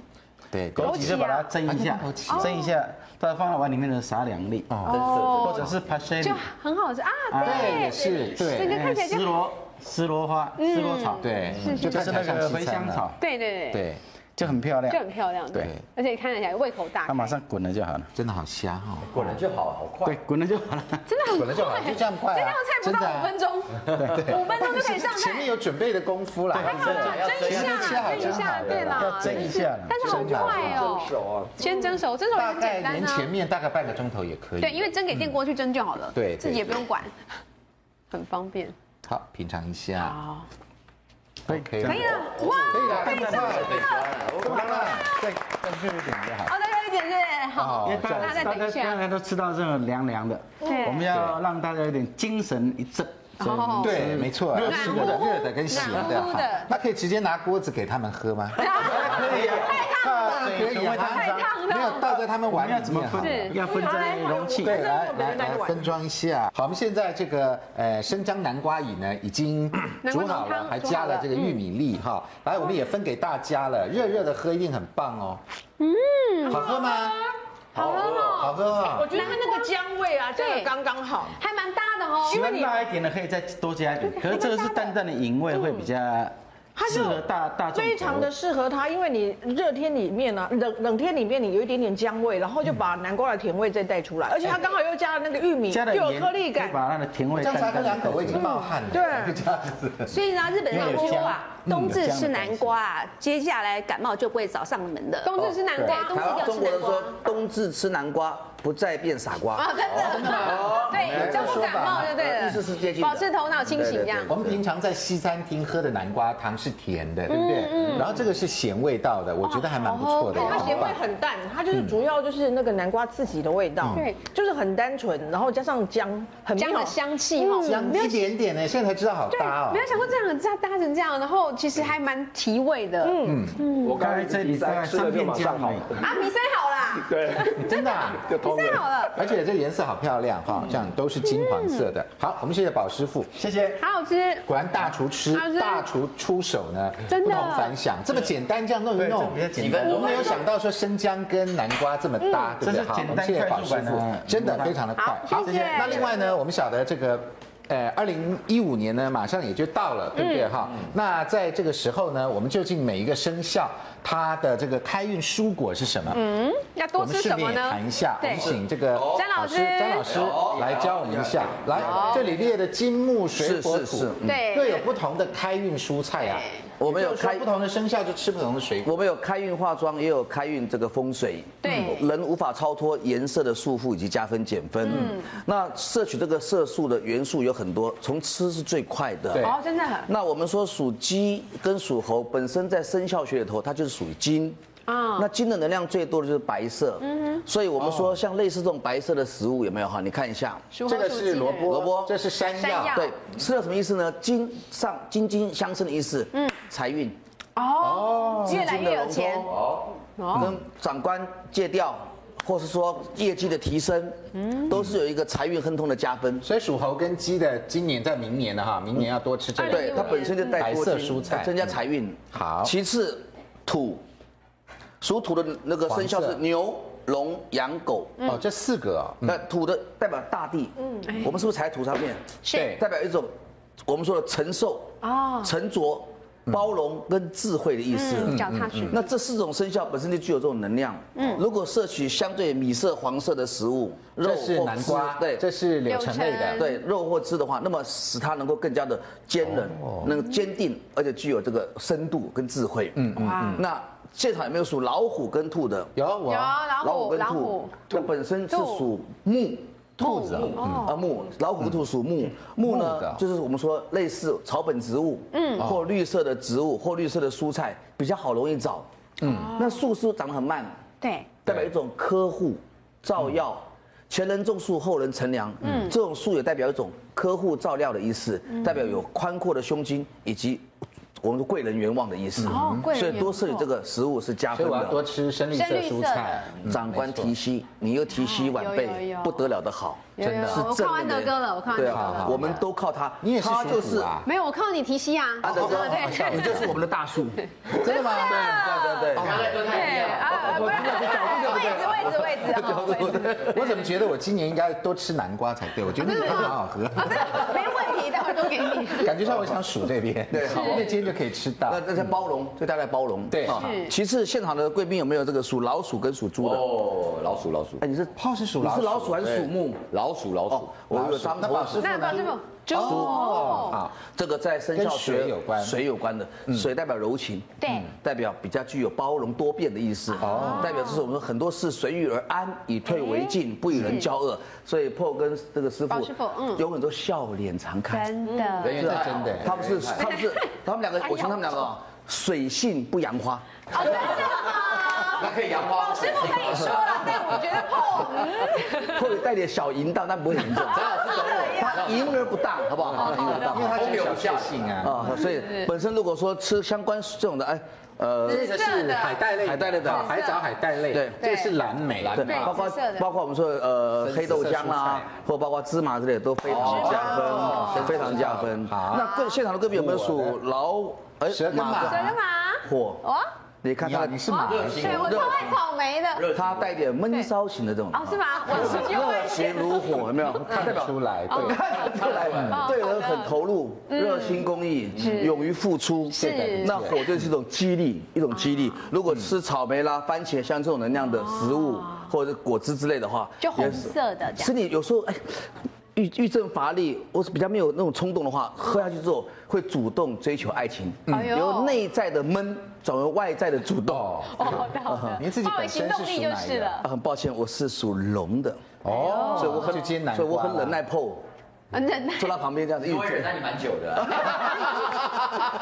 S1: 对，
S8: 枸杞就把它蒸
S2: 啊
S8: 一下
S1: 哦枸杞，
S8: 蒸一下，把它放到碗里面的撒两粒，
S4: 哦，
S8: 或者是 p a s h
S2: 就
S8: e
S2: 很好吃啊，
S1: 对，也是
S2: 整
S1: 对
S2: 个看起来就嗯
S8: 哎丝罗丝罗花、丝罗草，，
S1: 对，就
S8: 就是那个茴
S1: 西餐啊
S8: 香
S1: 了
S8: 草，，
S2: 对对对，
S1: 对，
S8: 就很漂
S2: 就
S8: 亮。
S2: 很漂亮，
S8: 对，
S2: 而且看起来胃口大
S8: 它，马上滚了就好了。
S1: 真的好香哦，
S4: 滚了就好，好快。
S8: 对，滚了就好了。
S2: 真的很
S1: 滚了就好，就这样快
S2: 这
S1: 啊
S2: 道菜，不到五分钟，五分钟就可以上
S1: 前面
S2: 菜。
S1: 有准备的功夫啦，
S4: 要
S2: 蒸一
S1: 前面切
S2: 下，
S8: 啊
S1: 好
S2: 蒸一
S1: 就好
S2: 下，
S1: 了
S2: 对啦
S8: 要，蒸一下
S2: 但是好快哦，
S3: 手啊，
S2: 先蒸熟，蒸熟也
S1: 大
S2: 很
S1: 概
S2: 简单
S1: 连
S2: 呢。
S1: 前面大概半个钟头也可以。
S2: 对，因为蒸给电锅去蒸就好了，
S1: 对对
S2: 自己也不用管，很方便。
S1: 好品尝一下，
S8: 对，
S1: 可以
S8: 这
S1: 了
S2: 可
S8: 样
S2: 以了，哇，
S8: 哎
S1: 可以了，太快了，怎么了？
S8: 再再热一点就好。
S2: 好，大家有一点热，好，
S1: 哦
S8: 因为大
S2: 那
S8: 家
S2: 再
S8: 大
S2: 等一
S8: 家
S2: 下
S8: 刚才都吃到这种凉凉的，
S2: 对
S8: 我们要让大家有点精神一振。所以我
S2: 哦
S8: 们
S1: 对，没错，
S8: 热
S1: 吃的、热的跟咸的，
S2: 暖乎乎的
S1: 好那可以直接拿锅子给他们喝吗？
S2: 太好
S1: 怕
S8: 可以
S1: 水
S8: 啊
S1: 为他们
S2: 太烫了
S1: 没有倒在他们
S8: 我
S1: 碗
S8: 们要
S1: 里
S8: 怎么
S1: 面好了。
S2: 是
S8: 分？要分在容 器。
S1: 对，
S6: 这
S1: 来
S6: 是我们
S1: 来
S6: 的那
S1: 来
S6: 个碗
S1: 分装一下。好，我们现在这个呃生姜南瓜饮呢已经
S2: 南瓜浓
S1: 煮好了
S2: 汤，
S1: 还
S2: 煮
S1: 加
S2: 好
S1: 了
S2: 了
S1: 这个玉米粒哈。来，我们也分给大家了，热热的喝一定很棒哦。嗯，好喝吗？
S2: 好喝
S1: 好
S2: 哦，
S1: 喝
S6: 我
S1: 哈。
S6: 觉得它那个姜味啊，真
S2: 对
S6: 的刚刚好。
S2: 还蛮搭的哦。
S8: 喜欢辣一点的可以再多加一点，可是这个是淡淡的银味会比较
S6: 它就
S8: 适合大大众口味。
S6: 非常的适合它，因为你热天里面呢、啊，冷冷天里面你有一点点姜味，然后就把南瓜的甜味再带出来，而且它刚好又加了那个玉米，
S8: 嗯加了
S6: 就有
S8: 盐
S6: 颗粒
S8: 就
S6: 感。
S8: 把它的甜味
S1: 这样
S8: 淡
S1: 才喝
S8: 淡
S1: 两口，我已
S8: 的。
S1: 经冒汗了。
S6: 对
S1: 这样子。
S7: 所以呢，日本人
S8: 因为有
S7: 说
S8: 姜
S7: 啊，
S8: 嗯
S7: 冬
S8: 有
S7: 至
S8: 姜的
S7: 吃
S8: 关系
S7: 南瓜啊，接下来感冒就不会找上门的。
S2: 冬至是南瓜，
S7: 对
S2: 冬至
S7: 冬至
S2: 一定要
S7: 要吃
S2: 吃
S7: 南
S2: 南
S7: 瓜
S2: 瓜。
S3: 冬至吃南瓜，不再变傻瓜。
S2: 啊，真的，对，
S1: 这
S2: 就
S1: 个
S2: 不
S1: 说
S2: 感
S1: 法
S2: 冒啊就对了，
S3: 意思是接近的
S2: 保持头脑清醒这样
S3: 对对。
S1: 我们平常在西餐厅喝的南瓜汤是甜的，对不对？然后这个是咸味道的，我觉得还蛮不错的，
S6: 它
S1: 很
S6: 咸味
S1: 棒。
S6: 很淡，
S8: 嗯
S6: 它就是主要就是那个南瓜自己的味道，
S2: 对
S6: 就是很单纯，然后加上嗯姜，很
S2: 姜
S6: 妙
S2: 的香气哈，
S1: 香一点点呢，现在才知道好
S2: 对
S1: 搭哦，。
S2: 没有想过这样搭搭成这样，然后其实还蛮提味的。
S1: 嗯
S5: 我
S8: 刚才这里大概
S5: 吃了
S8: 三
S5: 就
S8: 片
S5: 马
S8: 姜
S5: 上好
S8: 而
S5: 了，
S8: 已，
S2: 啊，米塞好啦，
S5: 对，
S1: 真的啊。
S5: 就通
S2: 米塞好
S5: 了。
S2: 了，
S1: 而且这颜色好漂亮哈，这样都是金黄色的。好，我们谢谢宝师傅，
S8: 谢谢。
S2: 好好吃。
S1: 果然大厨吃
S2: 好吃
S1: 大厨出手呢，
S2: 真的
S1: 不同凡响。这么简单这样弄一
S8: 对，这
S1: 弄
S8: 个比，较简
S4: 几
S8: 单
S4: 分。
S1: 我
S4: 钟
S1: 没有想到说生姜跟南瓜这么搭，对不对？
S8: 嗯这是
S1: 好，
S8: 简
S1: 我
S8: 单
S1: 们谢谢宝师
S8: 快速
S1: 傅
S8: 版的，
S1: 真的非常的快。
S2: 好谢谢
S1: 那另外呢，我们晓得这个。呃，二零一五年呢，马上也就到了，对不
S2: 嗯
S1: 对
S8: 嗯
S1: 哈？那在这个时候呢，我们究竟每一个生肖它的这个开运蔬果是什么？
S2: 嗯，要
S1: 我
S2: 多
S1: 们
S2: 吃什
S1: 顺
S2: 么
S1: 便也
S2: 呢？
S1: 谈一下，我
S2: 对
S1: 们，请这个
S8: 哦
S2: 詹老师
S1: 詹老师来教我们一下。来，这里列的金木水火
S3: 是是
S1: 土
S3: 是，
S2: 嗯对
S1: 各有不同的开运蔬菜啊。
S3: 我们有
S1: 就是说
S3: 开
S1: 不同的生肖就吃不同的水果。
S3: 我们有开运化妆，也有开运这个风水。嗯
S2: 对
S3: 人无法超脱颜色的束缚以及加分减分。嗯，那摄取这个色素的元素有很多，从吃是最快的。
S1: 对
S2: 哦，真的很
S3: 那我们说属鸡跟属猴，本身在生肖学里头，它就是属于金。
S2: 啊
S3: 啊，那金的能量最多的就是白色，嗯，所以我们说像类似这种白色的食物有没有哈？你看一下，
S2: 熟
S1: 这
S2: 合
S1: 个
S2: 熟记
S1: 是
S2: 的
S1: 萝卜，
S3: 萝卜
S1: 这是山
S2: 山
S1: 药
S2: 药。
S3: 对，吃了什么意思呢？金上金金相生的意思，嗯，财运
S2: 哦，越来
S3: 金
S2: 越
S3: 的
S2: 有
S3: 融通
S2: 钱，哦
S3: 跟长官借调，或是说业绩的提升，
S2: 嗯
S3: 都是有一个财运亨通的加分。
S1: 所以属猴跟鸡的，今年在明年的哈，明年要多吃
S2: 嗯
S1: 这个。
S3: 对，它本身就带多
S1: 白色
S3: 金
S1: 蔬菜
S3: 增加财运。
S1: 好
S3: 其次土，属土的那个生肖
S1: 黄
S3: 是
S1: 色
S3: 牛、龙、羊、狗。
S1: 哦，这四个哦，嗯
S3: 那土的代表大地，
S2: 嗯
S3: 我们是不是踩在土上面？
S1: 对
S3: 代表一种我们说的承受、
S2: 哦
S3: 沉着、包容跟智慧的意思。
S2: 嗯，脚踏实地。
S3: 那这四种生肖本身就具有这种能量。嗯，如果摄取相对米色、黄色的食物，肉
S1: 这
S3: 或
S1: 是南瓜
S3: 汁，对，
S1: 这是柳橙类
S2: 柳
S1: 的
S2: 橙。
S3: 对肉或汁的话，那么使它能够更加的坚韧、
S1: 哦
S3: 能够坚定，而且具有这个深度跟智慧。嗯嗯。那现场有没有属老虎跟兔的？
S1: 有啊我
S2: 有啊老虎，
S3: 跟
S2: 老
S3: 兔
S2: 虎，，
S3: 这本身是
S2: 兔哦
S3: 属木。
S1: 兔子啊
S3: 木啊木，老虎跟兔属
S2: 嗯
S3: 木，木
S1: 木的哦
S3: 呢就是我们说类似草本植物，嗯，或绿色的植物或绿色的蔬菜比较好容易找，嗯，那树是不是长得很慢，
S2: 对，
S3: 代表一种呵护、照
S1: 嗯
S3: 耀。前人种树，后人乘凉。嗯，这种树也代表一种呵护、照料的意思，
S2: 嗯
S3: 代表有宽阔的胸襟以及我们的贵人缘旺的意思。
S2: 哦贵人
S3: 所
S2: 缘
S3: 以多摄取这个食物是加
S1: 所
S3: 分
S1: 以我要
S3: 的。
S1: 多吃深绿色
S2: 深绿色
S1: 蔬
S2: 的
S1: 菜。嗯
S3: 长官提膝，你又提膝晚
S2: 哦有有
S3: 辈
S2: 有，
S3: 不得了的好，
S2: 有有有
S3: 是
S2: 我
S3: 正
S2: 看完
S3: 的
S2: 德哥了，我看完
S3: 对
S2: 德
S3: 啊
S2: 哥了。
S3: 我们都靠他，
S1: 你也是
S3: 他
S1: 属
S3: 就
S1: 虎
S3: 是
S1: 啊？
S2: 没有，我靠你提膝啊，
S3: 啊，德哥，
S2: 对
S3: 你就是我们的大树，
S1: 真的吗？
S3: 对对
S4: 哦
S3: 对。
S2: 对啊，不是位置位置位置啊，位置
S1: 我怎么觉得我今年应该多吃南瓜才对？我觉得那个很好喝，
S2: 啊，这没问题，待会儿都给你。
S1: 感觉上我想数这边，
S3: 对好
S1: 那今天就可以吃到
S3: 那。那在包容，最大的包容。
S1: 对
S3: 啊
S2: 是
S3: 其次，现场的贵宾有没有这个属老鼠跟属猪的？
S4: 哦，老鼠老鼠
S3: 哎，你是
S1: 炮是属
S3: 你
S1: 老鼠，
S3: 是老鼠还是属木？
S4: 老鼠老鼠
S3: 哦，，我有张
S1: 那宝师
S2: 那宝师傅，猪
S1: 哦，
S3: 啊
S1: 好，
S3: 这个在生肖学
S1: 跟水有关嗯
S3: 水有关的，水代表柔情，
S2: 对
S3: 嗯，代表比较具有包容多变的意思，哦，代表就是我们很多事随遇而安，以退为进，不与人交恶，所以破跟这个师
S2: 哎宝
S3: 傅，
S2: 师傅嗯
S3: 有很多笑脸常开，
S2: 真的哎
S1: 人缘是真的，
S3: 他们是 他们是他们两个，我请他们两个哦，水性不扬花，
S2: 哦，真的吗？
S4: 那可以阳光。
S2: 老师傅跟你说了，但我觉得破网
S3: 或者带点小淫荡，但不 会很重，
S4: 陈老师懂
S2: 啊
S3: 它
S4: 我，
S3: 淫而不荡，好不好？
S2: 哦
S3: 淫而不荡
S1: 因为他
S4: 风
S1: 只
S4: 流
S1: 有
S4: 一下
S1: 个性啊。
S3: 啊，所以本身如果说吃相关这种的，哎，呃，
S1: 这个
S2: 紫色
S1: 是
S2: 的
S1: 海带类的，
S3: 海带类的
S1: 好海藻海带类，
S3: 对
S1: 这个是蓝莓，
S3: 对，
S2: 对
S3: 包括
S2: 紫色的
S3: 包括我们说呃
S1: 深紫色
S3: 黑豆浆
S1: 蔬
S3: 啦
S1: 菜，哦
S3: 或包括芝麻之类的都非常加分，非常加分。
S1: 好
S3: 那各现场的各位有没有属老哎
S1: 蛇跟马
S2: 蛇跟马
S3: 火？
S2: 哦，
S3: 你看
S1: 你好，
S3: 它的
S1: 你是马来西亚
S2: 对我超爱草莓的。
S3: 它带点闷骚型的这种，
S2: 哦，是吗？我是就
S3: 热情如火，有没有？
S1: 看得出来，
S2: 哦
S1: 对，
S3: 看得出来，对人很投入，热心公益，勇于付出。
S2: 嗯是啊
S3: 那火就是一种激励，一种激励。如果吃草莓啦、番茄像这种能量的食物或者果汁之类的话，
S2: 啊就红
S3: 也是
S2: 色的这样
S3: 身体有时候哎。郁郁症乏力，我是比较没有那种冲动的话，喝下去之后会主动追求爱情，
S2: 哎呦
S3: 由内在的闷转为外在的主动。
S2: 哦，好的，
S1: 你自己
S2: 化为
S1: 本
S2: 行
S1: 身
S2: 动
S1: 是
S2: 力
S1: 属
S2: 就
S1: 哪
S2: 是
S1: 一个？
S2: 了。
S3: 啊，很抱歉，我是属龙的，
S1: 哦，
S3: 所以我很
S1: 就接南瓜
S3: 所
S1: 啦
S3: 以我很忍耐破，
S2: 嗯，那
S3: 坐他旁边这样子一直
S4: 我也忍耐你蛮久的。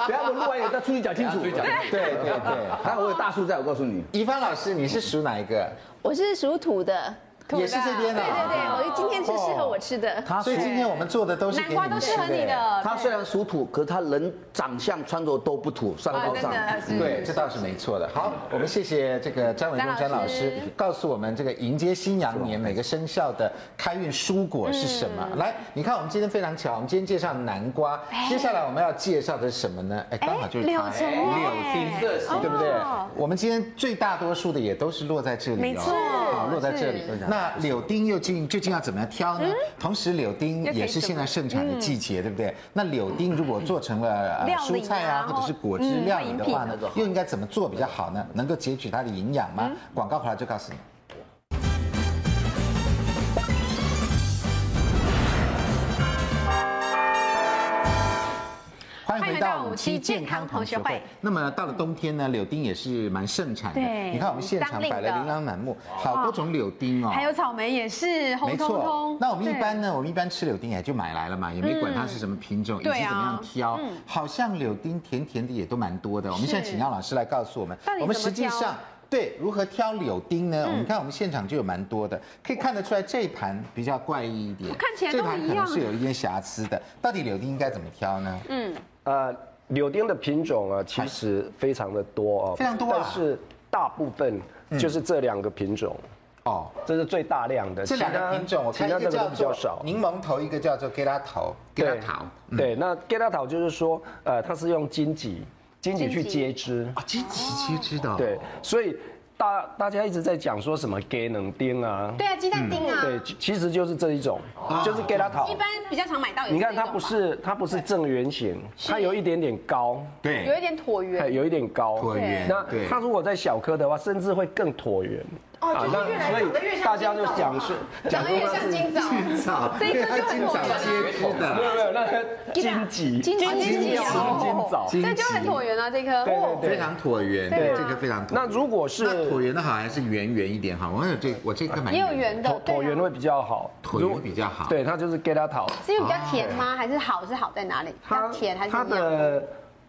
S3: 等下我录完也再出去讲清楚。
S4: 等一下出去讲清
S1: 对对对。
S3: 还有我有大叔在，我告诉
S2: 哦
S3: 你，
S1: 怡芳老师，你是属哪一个？
S7: 我是属土的，
S2: 土的
S1: 也是这边的
S7: 对
S1: 啊。
S7: 对对，我今天吃适合我吃的。
S3: 他
S1: 所
S3: 属
S1: 以今天我们做的都是给
S2: 南
S1: 你
S2: 瓜都
S1: 们
S2: 适
S1: 吃
S2: 合你
S1: 的。
S2: 的。
S3: 他虽然属土，可是他人长相穿着都不土，上高尚。
S2: 啊真的是
S1: 对，这倒是没错的。好，我们谢谢这个詹伟忠
S2: 詹
S1: 詹
S2: 老
S1: 老
S2: 师
S1: 师告诉我们这个迎接新羊年每个生肖的开运蔬果是什么。
S2: 嗯
S1: 来，你看我们今天非常巧，我们今天介绍南瓜，接下来我们要介绍的是什么呢？哎，刚好就是它
S2: 柳橙哎
S1: 哎
S2: 哎
S1: 柳丁
S4: 色系
S1: 对不对？
S2: 哦
S1: 我们今天最大多数的也都是落在这里、哦，
S2: 没错
S1: 好落在这里
S2: 是。嗯
S1: 那柳丁又竟究竟要怎么样挑呢？同时，柳丁也是现在盛产的季节，对不对？那柳丁如果做成了、呃
S2: 料理啊
S1: 蔬菜啊，或者是果汁
S2: 嗯
S1: 料理的话
S2: 饮
S1: 呢，又应该怎么做比较好呢？能够截取它的营养
S2: 嗯
S1: 吗？广告回来就告诉你。欢迎回到五期健康同学会。那么到了冬天呢，柳丁也是蛮盛产的。
S2: 对
S1: 你看我们现场摆了琳琅满目，好多种柳丁哦。
S2: 还有草莓也是红
S1: 没
S2: 彤
S1: 错
S2: 彤。，
S1: 那我们一般呢，我们一般吃柳丁也就买来了嘛，也没管它是什么品种，以及
S2: 对啊
S1: 怎么样挑。好像柳丁甜甜的也都蛮多的。我们现在请杨老师来告诉我们
S2: 到底，
S1: 我们实
S2: 怎么
S1: 际
S2: 挑嗯
S1: 上对如何挑柳丁呢？我们看我们现场就有蛮多的，可以看得出来这一盘比较怪异一点，
S2: 看起来都
S1: 这盘可
S2: 一样
S1: 能是有一点瑕疵的。到底柳丁应该怎么挑呢？
S2: 嗯
S5: 呃，柳丁的品种啊，其实非常的多啊，
S1: 非常多啊
S5: 但是大部分就是这两个品种，
S1: 哦，
S5: 这是最大量的。
S1: 这两个品种，我
S5: 其
S1: 看
S5: 他
S1: 一
S5: 其
S1: 个
S5: 他这
S1: 叫
S5: 个都比较
S1: 做
S5: 少。
S1: 柠檬头，一个叫做给它头，给它
S5: 对
S1: 桃。嗯
S5: 对，那 get 到桃就是说，呃，它是用荆棘，荆棘去接枝，
S1: 啊，这其实知道。
S5: 对，所以大大家一直在讲说什么 get 能丁啊，
S2: 对啊，鸡蛋丁啊，
S5: 对，其其实就是这一种，
S1: 哦
S5: 就是 get 到桃
S2: 一。般比较常买到。
S5: 你看它不，是它不是正圆形，它有一点点高，
S1: 对
S2: 有一点椭
S5: 哎，
S2: 圆，
S5: 有一点高，
S1: 椭圆
S5: 那
S1: 对
S5: 它如果在小颗的话，甚至会更椭圆。
S6: 哦，
S5: 啊
S6: 就
S5: 那
S6: 是越来
S5: 所
S6: 长得
S5: 以
S6: 越像
S5: 大家就
S6: 金枣
S5: 讲是
S2: 长
S5: 讲
S2: 得
S5: 说
S2: 越
S5: 它
S2: 像
S5: 是。
S2: 金枣。
S1: 金枣，
S2: 这一个就
S1: 它
S2: 很
S1: 金枣
S2: 火啊
S1: 接枝
S5: 没有
S1: 的，
S5: 没有，那个荆棘，
S7: 荆棘
S5: 是
S2: 荆棘哦
S5: 金枣，
S2: 这就很椭圆啊，这颗。
S5: 对对对
S1: 非常椭圆，对这个非常椭圆。
S5: 那如果是
S1: 那椭圆的好还是圆圆一点好？我有这我这颗蛮
S2: 也有圆
S1: 的，
S2: 的
S5: 椭，
S2: 对啊
S5: 椭圆会比较好，
S1: 椭
S5: 如果
S1: 圆比较好。，
S5: 对，它就是 get 它桃，
S2: 是因为比较甜吗？还是好是好在哪里？比较甜还是
S5: 它
S2: 怎么样？
S5: 的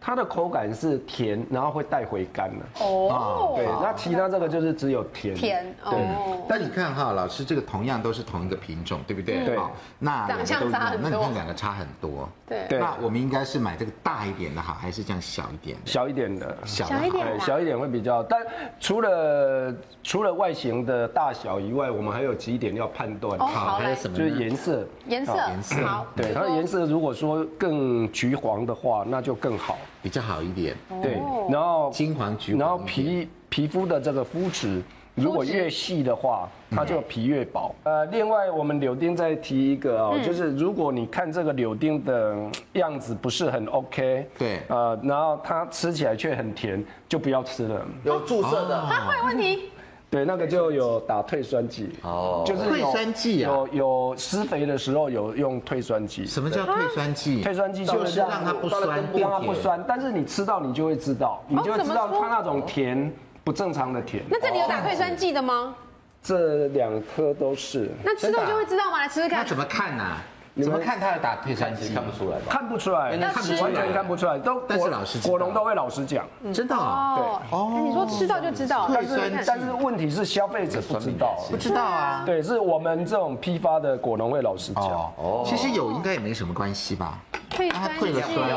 S5: 它的口感是甜，然后会带回甘的。
S2: 哦，
S5: 对，那其他这个就是只有甜，
S2: 甜哦，
S1: 但你看哈，老师这个同样都是同一个品种，对不对？
S5: 对
S1: 好那两个
S2: 长相
S1: 都一
S2: 差
S1: 样
S2: 很，
S1: 那你
S2: 多
S1: 看两个差很多。
S2: 对
S5: 对
S1: 那我们应该是买这个大一点的好，还是这样小一点的？
S5: 小一点的，
S1: 小啊
S2: 小一点啊
S5: 对，
S2: 啦
S5: 小一点会比较，但除了除了外形的大小以外，我们还有几点要判断，
S2: 哦
S1: 好，
S2: 好
S1: 还
S2: 嘞
S1: 有什么
S5: 就
S1: 呢？
S5: 是哦颜色。
S2: 颜色
S5: 好
S1: 颜色
S2: 好，
S5: 对，它的颜色如果说更橘黄的话，那就更好。
S1: 比较好一点，
S5: 对，
S2: 哦
S5: 然后
S1: 金黄橘黄
S5: 然后
S1: 一点
S5: 皮皮肤的这个肤质，嗯如果越细的话，它就皮越薄。呃，另外我们柳丁再提一个哦，就是如果你看这个柳丁的嗯样子不是很 OK，
S1: 对
S5: 呃，然后它吃起来却很甜，就不要吃了。
S3: 有注射的，
S2: 会有问题。
S5: 对，那个就有打退酸剂，哦，就是有
S1: 退酸剂啊
S5: 有有施肥的时候有用退酸剂，
S1: 什么叫退酸剂？
S5: 退酸剂
S1: 就
S5: 就是是
S1: 让它不酸不
S5: 让它
S1: 甜
S5: 不酸，但是你吃到你就会知道，你就会知道它那种甜不正常的甜。
S2: 那这里有打退酸剂的吗？
S5: 这两颗都是，
S2: 那吃
S1: 真的
S2: 肉
S1: 啊
S2: 就会知道吗？来吃吃
S1: 那
S2: 看。
S1: 怎么看呢、啊
S5: 你
S1: 怎么
S5: 们
S1: 看他的打退
S4: 看
S1: 山鸡
S4: 其实？看不出来吧？
S5: 看不出来，
S7: 要吃
S5: 完全看不出来，都
S1: 但是
S5: 果
S1: 老师知道
S5: 果农都会老实讲，
S1: 真的啊？
S2: 哦，那你说吃到就知道，
S5: 但
S1: 对酸
S5: 是但是问题是消费者不知道，
S1: 不知道啊。
S5: 对，是我们这种批发的果农会老实讲。
S1: 哦，其实有应该也没什么关系吧？
S2: 退
S1: 啊
S2: 酸
S1: 退了
S2: 剂
S1: 酸，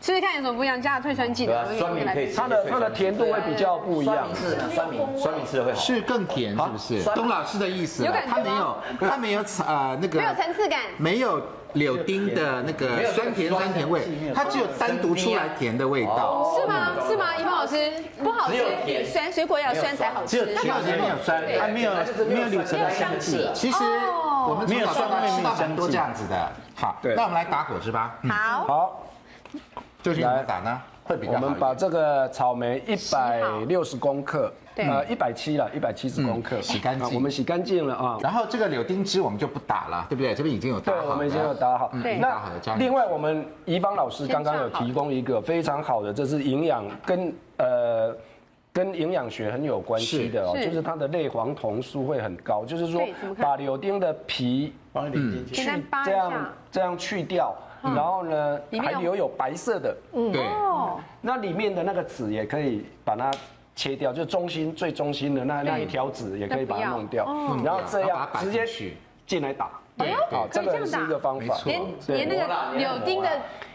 S2: 吃吃看有什么不一样，加了退酸剂
S4: 对啊
S2: 的，，
S4: 酸
S2: 我
S4: 敏
S2: 们
S4: 可以吃
S5: 它的它的甜度会比较不一样
S4: 酸，敏是酸敏，酸敏吃的会好。
S1: 哦是更甜是不是？
S3: 酸
S1: 东老师的意思
S2: 有
S1: 了
S2: 感，觉
S1: 他没有他没有呃那个
S2: 没有层次感。
S1: 没有柳丁的那个酸甜酸甜味，它只有单独出来甜的味道。
S2: 是吗？是吗？一芳老师不好
S4: 只有
S2: 吃，
S4: 甜
S2: 酸水果要酸才好吃。
S1: 它表面没有酸，
S8: 它没有没有柳
S4: 没
S8: 橙
S4: 有
S8: 的香气了。
S1: 其实我们从小到大吃到很多这样子的。好，
S5: 对
S1: 那我们来打果汁吧。嗯，
S2: 好，
S5: 好，
S1: 究竟怎么打呢？会比较好
S5: 我
S1: 一点。
S5: 们把这个草莓一百
S2: 号
S5: 六十公克，
S2: 对
S5: 呃，一百七了，一百七十公克，
S1: 嗯洗干净
S5: 啊我们洗干净了啊。
S1: 然后这个柳丁汁我们就不打了，对不对？这边已经有打
S5: 对
S1: 好，了，
S5: 我们已经有打好。
S1: 嗯
S2: 对
S1: 已经打好了。加进去
S5: 另外，我们怡芳老师刚刚有提供一个非常好的，这是营养跟呃。跟营养学很有关系的哦，
S2: 是是
S5: 就是它的类黄酮素会很高，就是说
S2: 对怎么看
S5: 把柳丁的皮
S8: 帮你点进去
S2: 简单扒一
S5: 这样
S2: 下。嗯
S5: 这样去掉，然后呢
S2: 里面
S5: 还
S2: 有
S5: 留有白色的，
S1: 对，
S2: 哦，
S5: 那里面的那个籽也可以把它切掉，就中心最中心的那那一条籽也可以把它弄掉，然后这
S1: 然后把
S5: 样
S1: 它摆
S5: 直接
S1: 进去
S5: 进来打。
S2: 哎
S1: 对对
S2: 呦，嗯
S5: 好，
S2: 可
S5: 这
S2: 以这
S5: 个
S2: 样
S5: 是一个
S2: 打，
S5: 方法。
S1: 没
S2: 连
S1: 错
S2: 连那个柳丁的，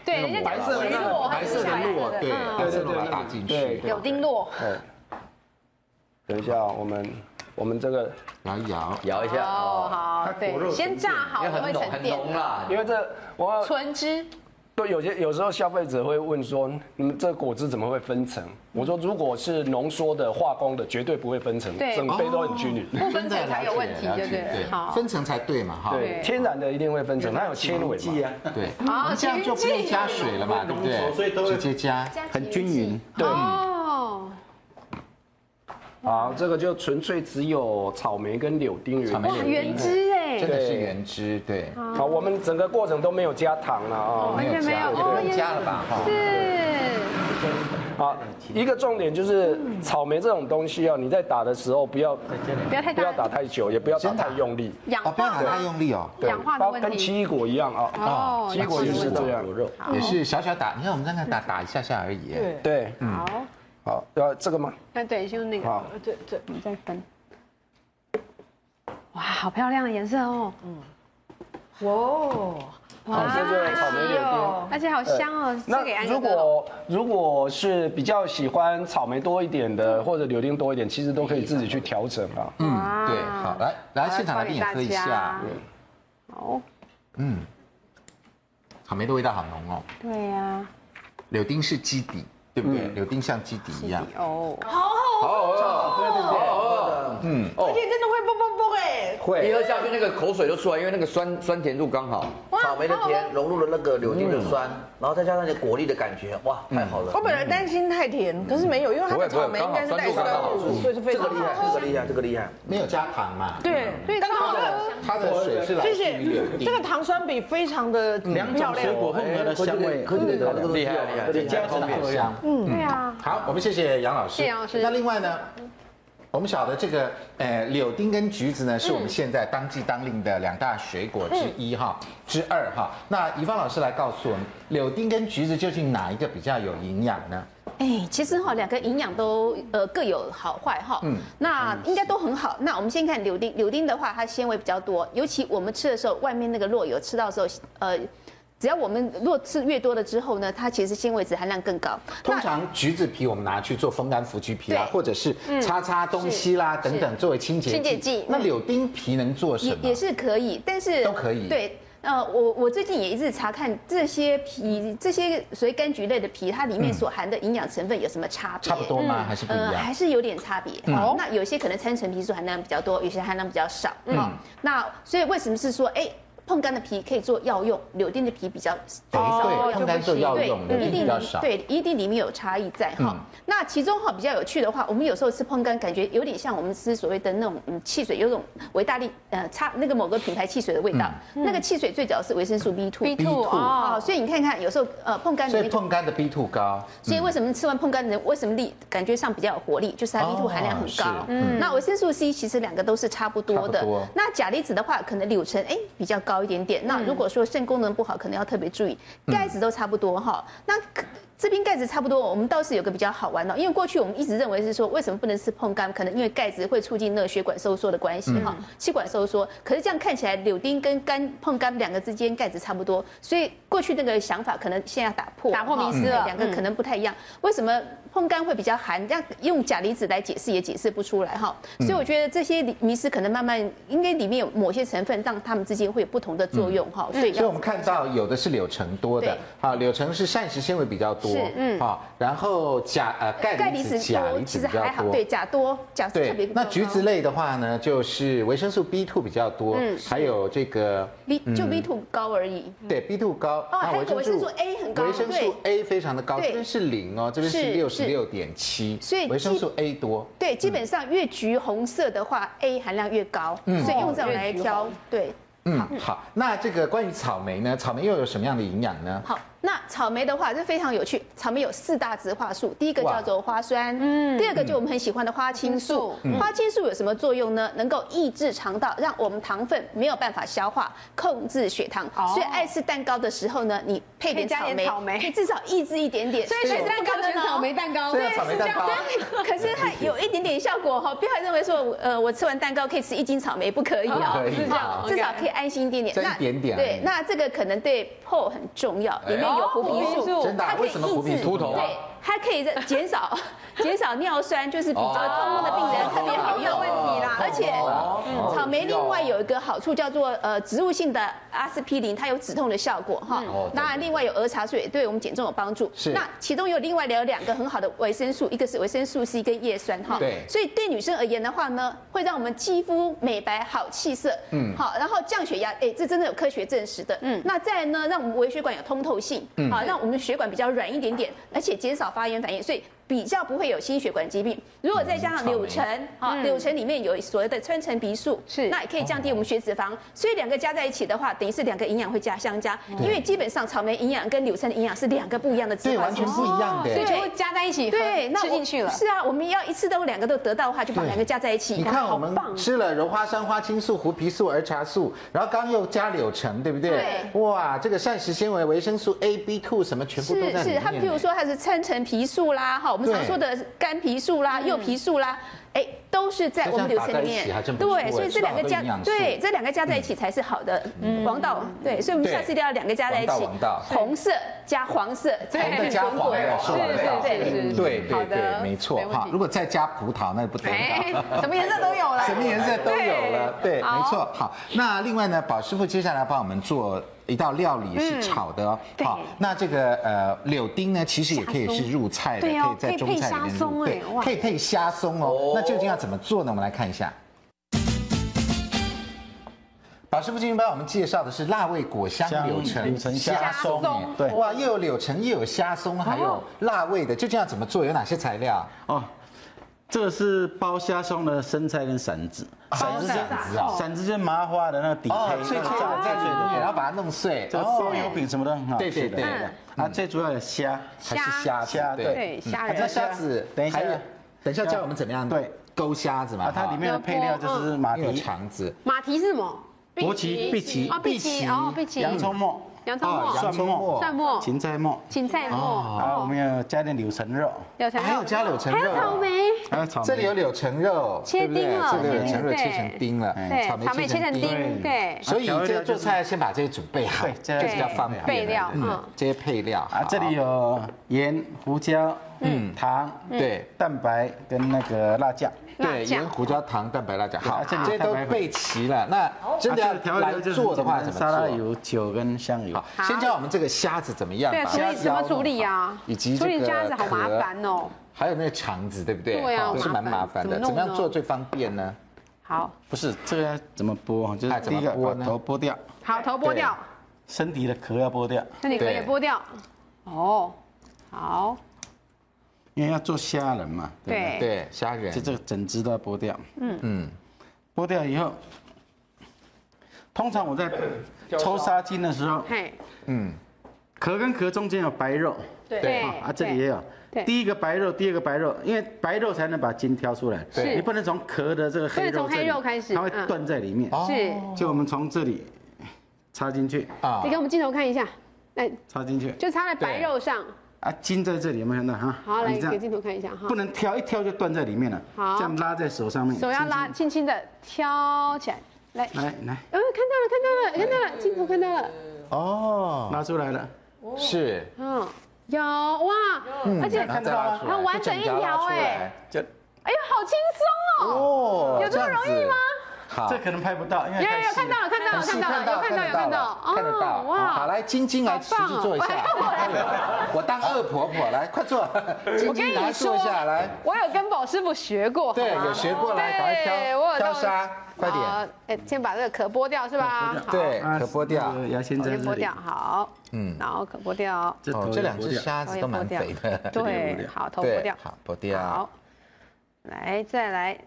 S2: 对，人家讲
S5: 白色的
S2: 水
S5: 那
S2: 落
S5: 个
S2: 还
S1: 白
S2: 是
S1: 色的
S2: 白
S1: 落，
S2: 色的，
S1: 对，
S2: 嗯
S1: 白色的落把它打进
S5: 对
S1: 去
S5: 对，
S2: 柳丁落，
S5: 对，嗯等一下，我们我们这个，
S1: 摇一摇，
S4: 摇一下
S2: 哦，
S4: 哦，
S2: 好，对，先炸好，
S4: 因为
S2: 才会
S4: 很浓
S2: 沉
S4: 很
S2: 淀。
S4: 浓啊啦，
S5: 因为这我
S2: 纯汁，
S5: 对有些有时候消费者会问说，你们这果汁怎么会分层？我说如果是浓缩的、化工的，绝对不会分层，
S2: 对
S5: 整杯都很均匀。
S2: 不分层才有问题，
S1: 了
S2: 对
S1: 解
S2: 不对？
S1: 对，
S2: 好，
S1: 分层才对嘛，哈，
S5: 对，天然的一定会分层，它有纤维嘛。
S8: 剂啊，
S1: 对，
S2: 哦
S1: 我们这样就不用加水了嘛，对不
S8: 浓缩所以都
S1: 对？
S8: 会
S1: 直接加，
S7: 很均匀。
S5: 对，
S2: 哦，
S5: 好，啊这个就纯粹只有草莓跟柳丁
S1: 草
S5: 原
S1: 莓
S5: 料
S2: 哇，原汁哎
S1: 真，的是原汁，对，
S5: 好，我们整个过程都没有加糖了啊、
S2: 完哦全没有，
S1: 也不用加了吧，哈。
S2: 是，
S5: 好，啊一个重点就是草莓这种东西哦，你在打的时候不要
S2: 不要太
S5: 不要打
S2: 大，
S5: 太久，也不要打
S1: 真的啊
S5: 太用力。
S2: 氧
S1: 哦，不要
S2: 化
S1: 打太用力哦，
S2: 氧化的
S5: 包
S2: 问
S5: 跟
S2: 题
S5: 奇异果一样啊、
S2: 哦，
S5: 奇异果也是这样。
S1: 也是小小打，你看我们刚才打打一下下而已，
S6: 对
S5: 对，嗯
S2: 好，
S5: 好，要这个吗？
S2: 那哎对，就那个，
S5: 好，
S6: 对对，
S7: 我们再分，
S2: 哇，好漂亮的颜色哦，
S6: 哇哦，
S5: 好，这就是草莓柳丁。
S2: 而且好香哦，哎这给
S5: 那
S2: 安
S5: 如
S2: 哥哥。
S5: 果如果是比较喜欢草莓多一点的，或者柳丁多一点，其实都可以自己去调整啊。
S1: 嗯，
S2: 哇
S1: 对，好，来来现场来宾也喝一下，
S2: 好好，
S1: 嗯，草莓的味道好浓哦，
S2: 对呀，
S1: 柳丁是基底，对不对？
S5: 嗯
S1: 柳丁像基底一样，
S2: 哦，
S4: 好好喝，对对对，嗯，
S6: 而且真的会啵啵啵哎，
S4: 一
S3: 会
S4: 喝下去那个口水就出来，因为那个酸酸甜度刚好。
S3: 草莓的甜融入了那个柳丁的酸，
S4: 嗯
S3: 然后再加上点果粒的感觉，哇，太好了
S6: 我！
S2: 嗯
S6: 本来担心太甜，可是没有，因为它的
S4: 嗯不会不会
S6: 草莓应该是
S4: 刚好
S6: 带
S4: 酸度刚
S6: 酸
S4: 好
S6: 度，所以是非
S3: 这个
S6: 常
S3: 厉害，这个厉害，这个厉害。
S1: 没有加糖嘛，
S6: 对，所以刚好喝。
S1: 它的水是来自
S6: 谢
S1: 于
S6: 谢
S1: 柳，丁
S6: 这。个糖酸比非常的
S8: 两
S6: 漂
S8: 种
S6: 亮
S8: 水。果混合的香味，
S3: 科技的这个东西
S4: 厉害厉害
S3: 这个
S8: 加起来
S1: 好香，嗯，
S2: 对啊，
S1: 好，我们谢谢杨老师。
S2: 谢谢杨老师
S1: 那另外呢，我们晓得这个呃柳丁跟橘子呢，是我们现在当季当令的两大水果之一哈、之二哈。那怡芳老师来告诉我们，柳丁跟橘子究竟哪一个比较有营养呢？
S7: 哎，其实哈、两个营养都呃各有好坏哈、
S1: 嗯
S7: 那应该都很好。那我们先看柳丁，柳丁的话它纤维比较多，尤其我们吃的时候，外面那个肉有吃到的时候，呃，只要我们若吃越多了之后呢，它其实纤维质含量更高。
S1: 通
S7: 那
S1: 常橘子皮我们拿去做风干腐橘皮啦，
S7: 对嗯
S1: 或者是擦擦东西啦等等作为清洁
S7: 清洁剂
S1: 那
S7: 嗯
S1: 柳丁皮能做什
S7: 也
S1: 么？
S7: 也是可以，但是
S1: 啊都可以
S7: 对，呃，我我最近也一直查看这些皮，这些所谓柑橘类的皮，它里面所含的营养成分有什么差别？
S1: 嗯差不多吗？还是不一样
S7: 呃，
S1: 嗯
S7: 还？是有点差别。好，那有些可能参陈皮素含量比较多，有些含量比较少。嗯，那所以为什么是说，哎，碰柑的皮可以做药用，柳丁的皮比较
S1: 对对，
S7: 用
S1: 碰干做药用，柳
S7: 对，嗯一
S1: 丁比
S7: 定
S1: 较少。嗯
S7: 对，一定里面有差异在哈。那其中哈比较有趣的话，我们有时候吃碰柑，感觉有点像我们吃所谓的那种嗯汽水，有种维大利呃差那个某个品牌汽水的味道。
S1: 嗯
S7: 那个汽水最主要是维生素 B two。
S2: B two
S7: 哦，
S2: 哦，
S7: 所以你看看，有时候呃碰柑里
S1: 所以
S7: 面
S1: 碰干的 B two 高，
S7: 所以为什么吃完碰柑的人为什么力感觉上比较有活力，就是它 B 2含量很
S1: 哦
S7: 高。嗯那维生素 C 其实两个都是差不多
S1: 差
S7: 的
S1: 不多。嗯
S7: 那钾离子的话，可能柳橙哎比较高高一点点。那如果说肾功能不好，可能要特别注意。钙质都差不多哈，那可这边钙质差不多，我们倒是有个比较好玩哦的，因为过去我们一直认为是说为什么不能吃碰柑，可能因为钙质会促进那个血管收缩的关系
S1: 嗯
S7: 哈，气管收缩。可是这样看起来，柳丁跟柑碰柑两个之间钙质差不多，所以过去那个想法可能现在要打破，
S2: 打破迷思了
S7: 哈两个
S1: 嗯
S7: 可能不太一样。为什么碰柑会比较寒？这样用钾离子来解释也解释不出来哈。所
S1: 嗯
S7: 以我觉得这些迷思可能慢慢应该里面有某些成分让它们之间会有不同的作用哈，所以
S1: 嗯所以
S7: 要
S1: 我们看到有的是柳橙多的
S7: 对，
S1: 啊，柳橙是膳食纤维比较多
S7: 是，
S1: 嗯，好，然后钾呃钙离子钾离
S7: 多，
S1: 子
S7: 其
S1: 比
S7: 实
S1: 较
S7: 还好，
S1: 多，
S7: 对钾多钾是特别
S1: 对
S7: 多。
S1: 那橘子类的话呢，就是维生素 B two 比较多，
S7: 嗯
S1: 还有这个
S7: B 就 B two 高而已。哦
S1: 对 B two 高，
S7: 还有维生素 A 很高
S1: 维生素 A 非常的高，
S7: 对
S1: 这边是零哦，这边是六
S7: 是
S1: 十
S7: 是
S1: 六点七，
S7: 所以
S1: 维生
S7: 基
S1: 素 A 多，
S7: 对，基本上越橘红色的话，A 含量越高，所以用
S1: 哦
S7: 这种来挑。对，
S1: 嗯，好，那这个关于草莓呢，草莓又有什么样的营养呢？
S7: 好，那草莓的话这非常有趣，草莓有四大植化素，第一个
S1: 哇嗯
S7: 叫做花酸，
S2: 嗯
S7: 第二个就我们很喜欢的花青素。花青素有什么作用呢？能够抑制肠道，让我们糖分没有办法消化，控制血糖。
S2: 哦
S7: 所以爱吃蛋糕的时候呢，你配
S2: 可
S7: 点
S2: 以加
S7: 草
S2: 点
S7: 莓，
S2: 草莓
S7: 可以至少抑制一点点。
S2: 所以选蛋糕
S7: 不可
S2: 选
S7: 能哦
S2: 草莓蛋糕，
S1: 对啊草莓蛋糕
S7: 对， 可是它有一点点效果哈，不要认为说，呃，我吃完蛋糕可以吃一斤草莓，不可以
S1: 不
S7: 哦
S1: 可以，
S7: 好
S2: 是这样
S7: 至少
S2: OK
S7: 可以安心一点点
S1: 这。一点点而已
S7: 对，那这个可能对 PO 很重要，里面有
S2: 哦
S7: 胡皮
S2: 胡皮素
S7: 素，
S1: 真的啊
S7: 它可以
S1: 为什么胡皮
S7: 抑制
S1: 素秃头啊
S7: 对，它可以减少 减少尿酸，就是比较痛风的病人特别好用。
S2: 问题啦，
S7: 而且
S1: 哦
S7: 嗯草莓另外有一个好处叫做呃植物性的阿司匹林，它有止痛的效果哈
S1: 哦。
S7: 当然，另外有儿茶素也对我们减重有帮助。
S1: 是
S7: 那其中有另外有两个很好的维生素，一个是维生素 C 跟叶酸哈。
S1: 对
S7: 所以对女生而言的话呢，会让我们肌肤美白、好气色，嗯，好，然后降血压，哎，这真的有科学证实的。嗯，那再来呢，让我们微血管有通透性，
S1: 嗯
S7: 好，让我们的血管比较软一点点，而且减少发炎反应，所以。比较不会有心血管疾病。如果再加上
S1: 嗯
S7: 柳橙，啊，柳橙里面有所谓的川橙皮素，
S2: 是
S7: 那也可以降低我们血脂肪。所以两个加在一起的话，等于是两个营养会加相加，因为基本上草莓营养跟柳橙的营养是两个不一样的植
S1: 嗯对，
S7: 化
S1: 完
S7: 组
S1: 全
S7: 合。
S1: 不一样
S7: 哦
S1: 的欸
S2: 所。以全部加在一起，
S7: 对，那
S2: 吃
S7: 我
S2: 进去了。
S7: 是啊，我们要一次都两个都得到的话，就把
S1: 对
S7: 两个加在一起。
S1: 你看，
S7: 哇
S1: 我们
S7: 好棒
S1: 吃了柔花山花青素、胡皮素、儿茶素，然后刚又加柳橙，对不对？
S7: 对
S1: 哇，这个膳食纤维、维生素 A、B two 什么全部都在
S7: 是
S1: 里面
S7: 是，
S1: 呢。
S7: 它譬如说它是参橙皮素啦，哈，我们
S1: 对
S7: 常说的甘皮素啦、柚皮素啦，哎，都是在我们
S1: 这
S7: 流
S1: 样打
S7: 程里
S1: 在一起还
S7: 面
S1: 真。不错哎
S7: 对，所以这两个
S1: 吃到好多
S7: 加
S1: 营养，素
S7: 对，这两个加在一起才是好的王道。对，所以我
S1: 对
S7: 们下次一定要两个加在一
S1: 王
S7: 起
S1: 道啊王道，
S7: 红色加黄色，
S2: 对
S1: 红的加黄的是王道，
S2: 是是是是
S1: 对
S2: 好
S1: 对对，
S2: 的
S1: 没错
S2: 没问题
S1: 哈。如果再加葡萄，那就不得
S2: 哎
S1: 了。，
S2: 什么颜色都有 了，
S1: 什么颜色都有了，对，
S2: 好
S1: 没错。好，那另外呢，宝师傅接下来帮我们做一道料理
S2: 嗯
S1: 是炒的哦。好，那这个呃柳丁呢，其实也可以是入菜的，
S2: 对哦
S1: 可以在中菜里
S2: 可以
S1: 面入，
S2: 配虾松哎哇
S1: 可以配虾松哦。那究竟要怎么做呢？我们来看一下。宝师傅今天帮我们介绍的是辣味果香
S8: 香
S1: 柳橙
S8: 柳橙虾松
S1: 哎
S8: 对
S1: 哇，又有柳橙，又有虾松，还
S2: 哦
S1: 有辣味的，究竟要怎么做？有哪些材料？
S8: 哦，这个是包虾松的生菜跟馓子，
S1: 包
S8: 是
S1: 啊馓子哦
S8: 馓子就是麻花的那个底胚，
S1: 哦，脆脆的
S8: 那个
S1: 在里面，然
S8: 的，
S1: 后把它弄碎，
S8: 这个包油饼什么的很好
S1: 哦对对
S8: 吃的。
S1: 对
S8: 啊，最主要有虾，
S1: 还是虾子
S8: 虾对
S2: 对，虾
S1: 那
S2: 仁，
S1: 虾子，
S8: 等一下
S1: 还有，等一下教我们怎么样
S8: 对
S1: 勾虾子嘛，
S8: 啊，它里面的配料就是马
S1: 哈因为有
S8: 蹄、
S1: 肠子，
S2: 马蹄是什么？
S8: 国旗、碧琪
S2: 哦，碧琪，哦，碧琪，
S8: 洋葱末、
S2: 洋葱末
S8: 哦蒜末、
S2: 蒜末
S8: 芹菜末，
S2: 芹菜末，
S1: 哦
S8: 啊，我们要加点柳橙肉，
S2: 有
S1: 啊还有加柳橙
S2: 还有
S1: 肉
S2: 草
S1: 啊，
S2: 莓，
S8: 还有草莓。
S1: 这里有柳橙肉，
S2: 切丁了
S1: 对不对这里有柳橙肉
S2: 切
S1: 切
S2: 丁
S1: 成丁了，
S2: 对，草莓切成
S1: 丁。
S2: 丁，对，
S1: 所以这个做菜先把这些准备好，
S8: 对这
S1: 就
S8: 个
S1: 比较方便。
S2: 备料，嗯，
S1: 这些配料
S8: 啊，这里
S1: 有
S8: 有盐、胡椒、嗯，糖，
S1: 对
S8: 蛋白跟那个辣酱。
S2: 辣
S1: 对
S2: 酱
S1: 盐、胡椒、糖、蛋白、辣酱，好
S8: 啊，这里有
S1: 这些都
S8: 蛋白粉
S1: 备齐了。那真的要
S8: 啊这个调料
S1: 来
S8: 就是
S1: 做的话，
S8: 很
S1: 怎
S8: 简单
S1: 么
S8: 沙拉
S1: 做？啊
S8: 油、酒跟香油
S1: 好。，先教我们这个虾子怎么样
S2: 对，啊
S1: 吧？
S2: 处理
S1: 虾子
S2: 怎么
S1: 要
S2: 处理
S1: 弄好
S2: 啊？
S1: 以及
S2: 处理
S1: 这个
S2: 虾子好麻
S1: 壳
S2: 烦哦。
S1: 还有那个肠子，对不对？
S2: 对啊麻
S1: 哦
S2: 烦
S1: 是蛮麻烦
S2: 怎
S1: 的。
S2: 么弄呢
S1: 怎么样做最方便呢？
S2: 好，
S8: 不是这个要怎么剥？就
S1: 哎
S8: 是
S1: 怎
S8: 第
S1: 么
S8: 一个
S1: 剥
S8: 把
S1: 呢
S8: 头剥掉，
S2: 好，头剥掉，
S8: 身体的壳要剥掉，
S2: 那你可以
S1: 对
S2: 剥掉，哦，好，
S8: 因为要做虾仁嘛。不
S2: 对，
S1: 对，虾仁
S8: 就这个整只都要剥掉。嗯嗯，剥掉以后，通常我 在抽纱巾的时候，
S2: 嘿，
S8: 壳跟壳中间有白肉，
S2: 对
S8: 啊，啊这里也有
S2: 对。
S8: 第一个白肉，第二个白肉，因为白肉才能把筋挑出来，
S1: 是
S8: 你不能从壳的这个黑
S2: 不能
S8: 肉
S2: 从
S8: 这里，
S2: 黑肉开始
S8: 它会
S2: 嗯
S8: 断在里面。
S2: 是
S8: 就我们从这里插进去，
S1: 啊
S2: 你给我们镜头看一下，来，
S8: 插进去
S2: 就插在白肉上。
S8: 啊，筋在这里，有没有看到哈？
S2: 好，来
S8: 你这
S2: 给镜
S8: 样
S2: 头看一下哈，
S8: 不能挑，一挑就断在里面了。
S2: 好
S8: 这样拉在手上面，
S2: 手要拉，轻轻的挑起来，来，
S8: 轻轻。来来，
S2: 呃，看到了，看到了，看到了，镜头看到了，
S1: 哦，
S8: 拉出来了，
S1: 是，嗯
S2: 嗯，有哇，而且
S1: 然后再拉出来
S2: 很完整一条哎，
S8: 这
S2: 哎呦，好轻松哦，
S1: 哦，
S2: 有这么容易吗？
S1: 好，
S8: 这可能拍不到，因为
S2: 有
S8: 太
S2: 有有
S8: 细
S2: 看
S8: 了。
S2: 到了，看到了，看到了，有看到有看到，哦
S1: 看得到。好，来，晶晶来
S2: 啊
S1: 实际做一下， 我当二婆婆来，快做，晶
S2: 我跟
S1: 晶
S2: 你
S1: 来做一下
S2: 说
S1: 来，
S2: 我有跟宝师傅学过，
S1: 对，
S2: 好吗
S1: 有学过来，赶快
S2: 对，我
S1: 挑
S2: 有
S1: 挑
S2: 到
S1: 沙，快点，
S2: 好，哎，先把这个壳剥掉是吧？好，
S1: 对，
S8: 啊
S1: 可剥掉
S8: 这，个牙签在
S2: 先
S8: 这
S2: 剥
S8: 里
S2: 掉，，好，
S1: 嗯
S2: 嗯，然后壳剥掉，
S8: 这头
S1: 哦，
S8: 也
S1: 这两
S8: 剥
S1: 只
S8: 掉啊
S1: 沙子都蛮肥的，
S2: 对，好，头
S1: 对
S2: 剥掉，
S1: 好，剥掉
S2: 好，，来再来，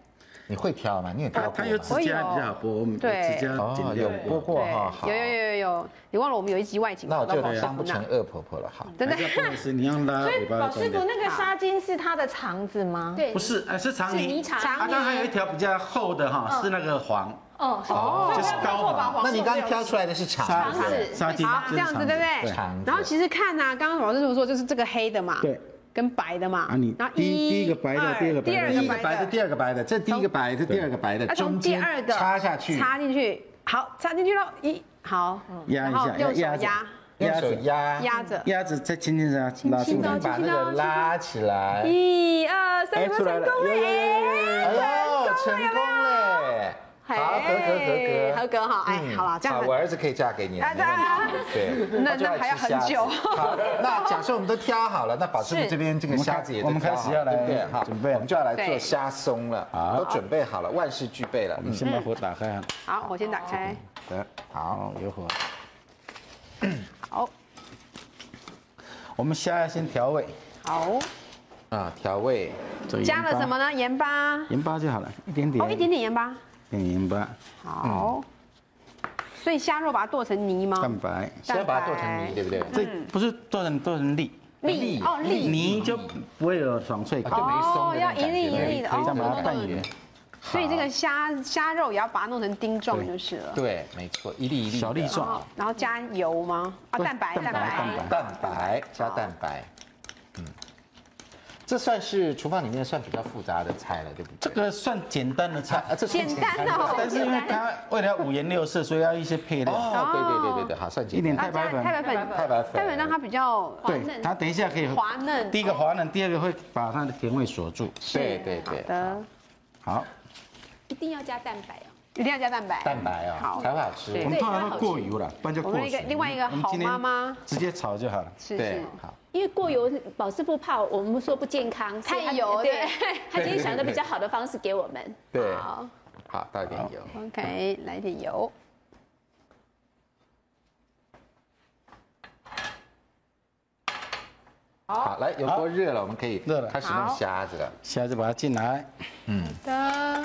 S1: 你会挑吗？你也挑
S8: 它
S1: 过
S8: 它有
S1: 吗？
S8: 指甲比较好剥，我们
S2: 对
S8: 指甲
S1: 哦
S8: 剪，
S1: 有
S8: 掉。
S1: 剥过哈，好
S2: 对，有有，有有有，你忘了我们有一集外景
S1: 那我
S2: 跑到
S1: 就
S2: 宝师
S1: 当
S2: 傅
S1: 不
S2: 那
S1: 成
S2: 儿，
S1: 二婆婆了，好，
S2: 真的
S8: 还。是要不是你要拉尾巴
S6: 老师傅
S8: 断掉。
S6: 那个纱巾是它的肠子吗？
S7: 对
S8: 不，是，呃，是长
S7: 是泥
S8: 泥。
S7: 肠
S8: 啊，刚还有一条比较厚的
S2: 嗯
S8: 哈，是那个黄，
S7: 哦，好，
S8: 就是高黄。
S1: 那你刚刚挑出来的是
S8: 沙
S1: 长
S8: 子
S1: 子，
S8: 沙金
S2: 好，这样子对不对？
S1: 肠子
S2: 然后其实看呐、刚刚老师傅说就是这个黑的嘛，
S8: 对，
S2: 跟白的嘛。
S8: 啊你
S2: 然后
S8: 第一
S2: 一
S8: 第一个白的
S2: 二
S8: 第二个白的
S2: 第二
S1: 第一
S2: 个
S1: 个
S2: 白
S1: 白的，
S2: 的，
S1: 第二个白的，这第一个白的，第二个白的，
S2: 那从
S1: 中
S2: 第
S1: 间
S2: 二个
S1: 插下去，
S2: 插进去，好，插进去喽，一好，
S8: 压一
S2: 然后
S8: 下，
S2: 右手
S8: 压着
S2: 压
S1: 用手
S8: 压着，
S1: 压，
S2: 压着，
S8: 压着，再轻轻的拉出来。
S1: 把那个拉起来，
S2: 一二三，成功了，哎
S1: 哎呦，成功嘞！好，合格合格
S2: 合格哈，哎，
S1: 嗯
S2: 好了，这样
S1: 我
S2: 子。
S1: 儿子可以嫁给你了，
S2: 啊
S1: 没问题。对，
S2: 那
S1: 他就爱
S2: 那还要
S1: 吃
S2: 很
S1: 虾子
S2: 久
S1: 好，那假设我们都挑好了，那宝师傅
S2: 是
S1: 这边这个
S8: 我们
S1: 虾
S8: 开
S1: 子也
S8: 我们
S1: 都挑
S8: 开始
S1: 好了
S8: 要来
S1: 对不对？好
S8: 准备了
S1: 我们就要来做
S2: 对
S1: 虾松了，都准备好了，万事俱备了。嗯
S8: 先把火打开啊，
S2: 好，我先打开，
S8: 得，好，有火。
S2: 好，
S8: 我们虾要先调味，
S2: 好，
S1: 啊，调味，
S8: 这个
S2: 加
S8: 盐巴
S2: 了什么？呢？盐巴，
S8: 盐巴就好了，一点点，
S2: 哦，一点点盐巴，
S8: 点盐巴，
S2: 好。所以虾肉把它剁成泥吗？
S8: 蛋白。
S1: 先把它剁成泥，对不对？
S8: 这不是剁成剁成粒，
S1: 粒嗯啊
S2: 哦粒哦
S8: 泥就不会有爽脆
S1: 就
S8: 感，
S1: 没松的那种
S2: 要
S1: 感觉
S2: 一粒一粒的
S1: 可以
S2: 哦
S8: 这样把它
S2: 懂
S8: 拌匀，
S2: 所以这个虾虾肉也要把它弄成丁状就是了。
S1: 对，没错，一粒一粒的
S8: 小粒
S2: 然后
S8: 状，
S2: 然后加油吗？啊，
S8: 对
S2: 蛋白，蛋
S8: 蛋白蛋
S2: 白
S8: 白。
S1: 蛋白加蛋白，嗯，这算是厨房里面算比较复杂的菜了，对不对？
S8: 这个算简单的菜，
S1: 啊，这算
S2: 简 单
S1: 的
S2: 哦，
S8: 但是因为它为了五颜六色，所以要一些配料，
S1: 哦，对对对对对，好，算
S8: 一
S1: 简
S8: 点
S1: 单。
S8: 太白
S2: 加太白
S8: 粉，
S2: 粉，
S1: 太白粉
S2: 太白粉让它比较
S8: 对，它等一下可以
S2: 滑嫩。
S8: 第一个滑嫩，第二个会把它的甜味锁住。
S1: 对对
S2: 好
S1: 对，
S2: 的，
S8: 好，
S7: 一定要加蛋白哦。
S2: 一定要加蛋白。
S1: 蛋白啊，
S2: 好
S1: 才会好吃。
S8: 我
S2: 对
S8: 们通常都过油了，不然就
S2: 我
S8: 过
S2: 们一
S8: 水
S2: 个。另外一个
S8: 我们
S2: 好
S8: 今天
S2: 妈妈，
S8: 直接炒就好了。
S2: 是
S1: 对
S2: 是，，
S1: 好，
S7: 因为过油，保师傅怕我们说不健康，所以他
S2: 太油
S7: 对
S2: 对，
S7: 他今天想的比较好的方式给我们。
S1: 对，
S2: 好
S1: 好，倒一点油，
S8: 嗯
S2: ，OK，来点油。
S1: 好，来，油锅热了，我们可以
S8: 热了
S1: 开始弄
S2: 好
S1: 虾子了。
S8: 虾就把它进来，
S2: 的，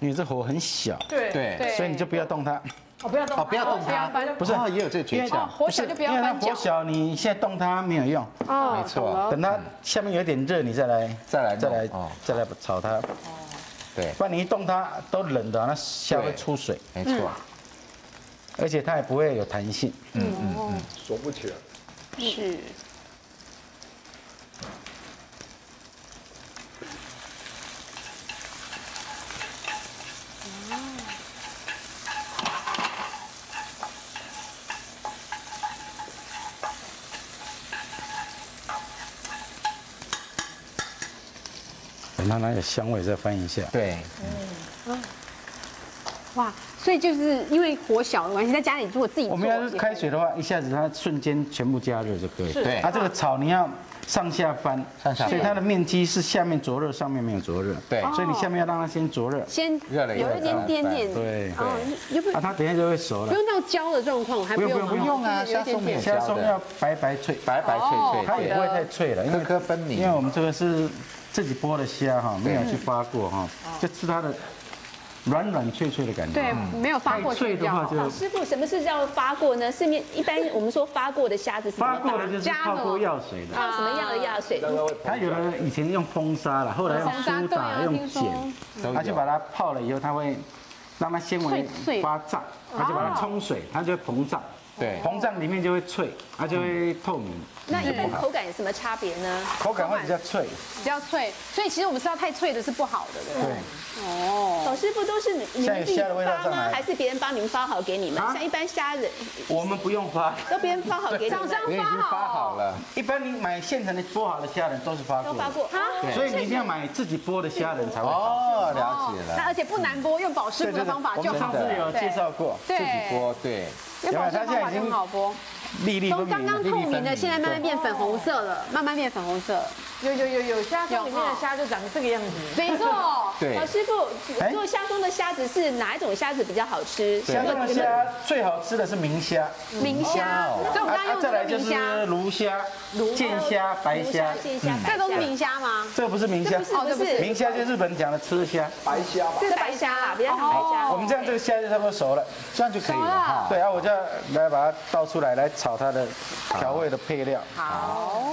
S8: 因为这火很小，
S6: 对
S1: 对，
S8: 所以你就不要动它。
S6: 哦，不要动它，
S1: 哦，不要动它，不是，哦也有这个诀
S8: 因为
S1: 窍，
S6: 火小就不要
S8: 因为它
S6: 翻
S8: 火
S6: 搅。
S8: 小，你现在动它没有用，
S2: 哦
S1: 没错，
S8: 等它下面有点热，你再来
S1: 再来弄
S8: 再来
S1: 哦
S8: 再来炒它，
S1: 对，
S8: 不然你一动它都冷的，那虾会出水，
S1: 没错，
S8: 而且它也不会有弹性。
S5: 熟不起来。
S2: 是。
S8: 等它那有香味再翻一下，
S1: 对，
S2: 哇，所以就是因为火小的关系，在家里如果自己做
S8: 我们要是开水的话，一下子它瞬间全部加热就可以。啊
S1: 对
S8: 它这个炒你要上下翻，
S1: 上下翻
S8: 所以它的面积是下面灼热，上面没有灼热。
S1: 对
S8: 所以你下面要让它先灼热。
S2: 先
S1: 热了以后
S2: 有一点点点，
S8: 对
S2: 哦，又不
S8: 啊，它等一下就会熟
S2: 不
S8: 了。
S2: 用到焦的状况，还不
S8: 不
S2: 用
S8: 用
S2: 吗
S8: 不
S1: 不用啊，虾松面
S8: 虾松要
S1: 的，
S8: 白白脆，
S1: 白白脆
S8: 它
S1: 脆
S8: 也
S1: 的
S8: 不会太脆了，因
S1: 颗
S8: 为
S1: 颗分明
S8: 因为。我们这个是自己剥的虾哈，没有去发过哈，就吃它的软软脆脆的感觉。
S2: 哦对，没有发
S8: 太
S2: 过
S8: 脆
S2: 去
S8: 的话
S2: 掉。
S8: 就
S7: 老师傅，什么是叫发过呢？市面一般我们说发过的虾子是怎
S8: 发
S7: 么
S8: 过的就是泡过药水的。
S7: 泡什么样的药水？
S8: 它有的以前用风沙了，后来用
S2: 红沙
S8: 苏
S2: 对
S8: 打，
S2: 啊，
S8: 用
S2: 听说
S8: 碱，
S1: 都
S8: 它就
S1: 有
S8: 把它泡了以后，它会让它纤维
S2: 脆脆哦
S8: 发胀，而且把它冲水，它就会膨胀。
S1: 对
S8: 膨胀里面就会脆，它就会透明，
S7: 那一般口感有什么差别呢？
S8: 口感会比较脆。
S2: 比较脆，所以其实我们知道太脆的是不好的，对不对？
S8: 对，
S7: 老师不都是你你
S8: 哦现在
S7: 们自己
S8: 虾的味道
S7: 发
S8: 上来
S7: 吗？
S8: 了
S7: 还是别人帮你们发好给你们？
S8: 啊
S7: 像一般虾仁
S8: 我们不用发，
S7: 都别人发好给你们，
S1: 已经发好了，
S8: 一般你买现成的剥好的虾仁都是发
S7: 都
S8: 过的，
S7: 发过啊？
S8: 所以你一定要买自己剥的虾仁才会好。
S1: 哦，了解
S2: 那
S1: 了。
S2: 而且不难剥，用保湿
S8: 对
S2: 补的
S8: 对对，
S2: 方法
S8: 我
S2: 就
S8: 们上
S2: 好
S8: 次
S2: 了。
S8: 有介绍过，
S2: 对，
S1: 自己剥，对，
S2: 用保湿
S8: 有没有它
S2: 方法
S8: 现在已
S2: 就
S8: 经
S2: 很好剥，
S8: 粒粒分
S2: 从刚
S8: 明，
S2: 刚
S8: 粒粒
S2: 透
S8: 分哦
S2: 明的，
S8: 明
S2: 现在慢慢变粉红色了，慢慢变粉红色。
S6: 有有有有，虾缸里面的虾就长这个样子。
S2: 没错，
S1: 对
S7: 老，师傅做虾松的虾子是哪一种虾子比较好吃？
S8: 香港的哎虾最好吃的是明虾，啊
S2: 明虾，所以我们刚刚用
S8: 再来
S2: 的
S8: 就
S2: 明
S8: 是
S2: 虾，
S8: 鲈虾、剑虾、白虾，嗯
S7: 线虾、白
S2: 这都是
S7: 虾
S2: 明虾吗？
S8: 这个不是明虾，
S7: 哦这不是
S8: 明虾就是哦日本讲的吃虾。
S9: 白虾吧，
S2: 这
S7: 这白虾啦，比较像白
S2: 哦
S7: 虾。
S8: 我们这样这个虾就差不多熟了，
S1: 这样就可以了哈。
S8: 对啊，我就要来把它倒出来，来炒它的调味的配料。
S7: 好。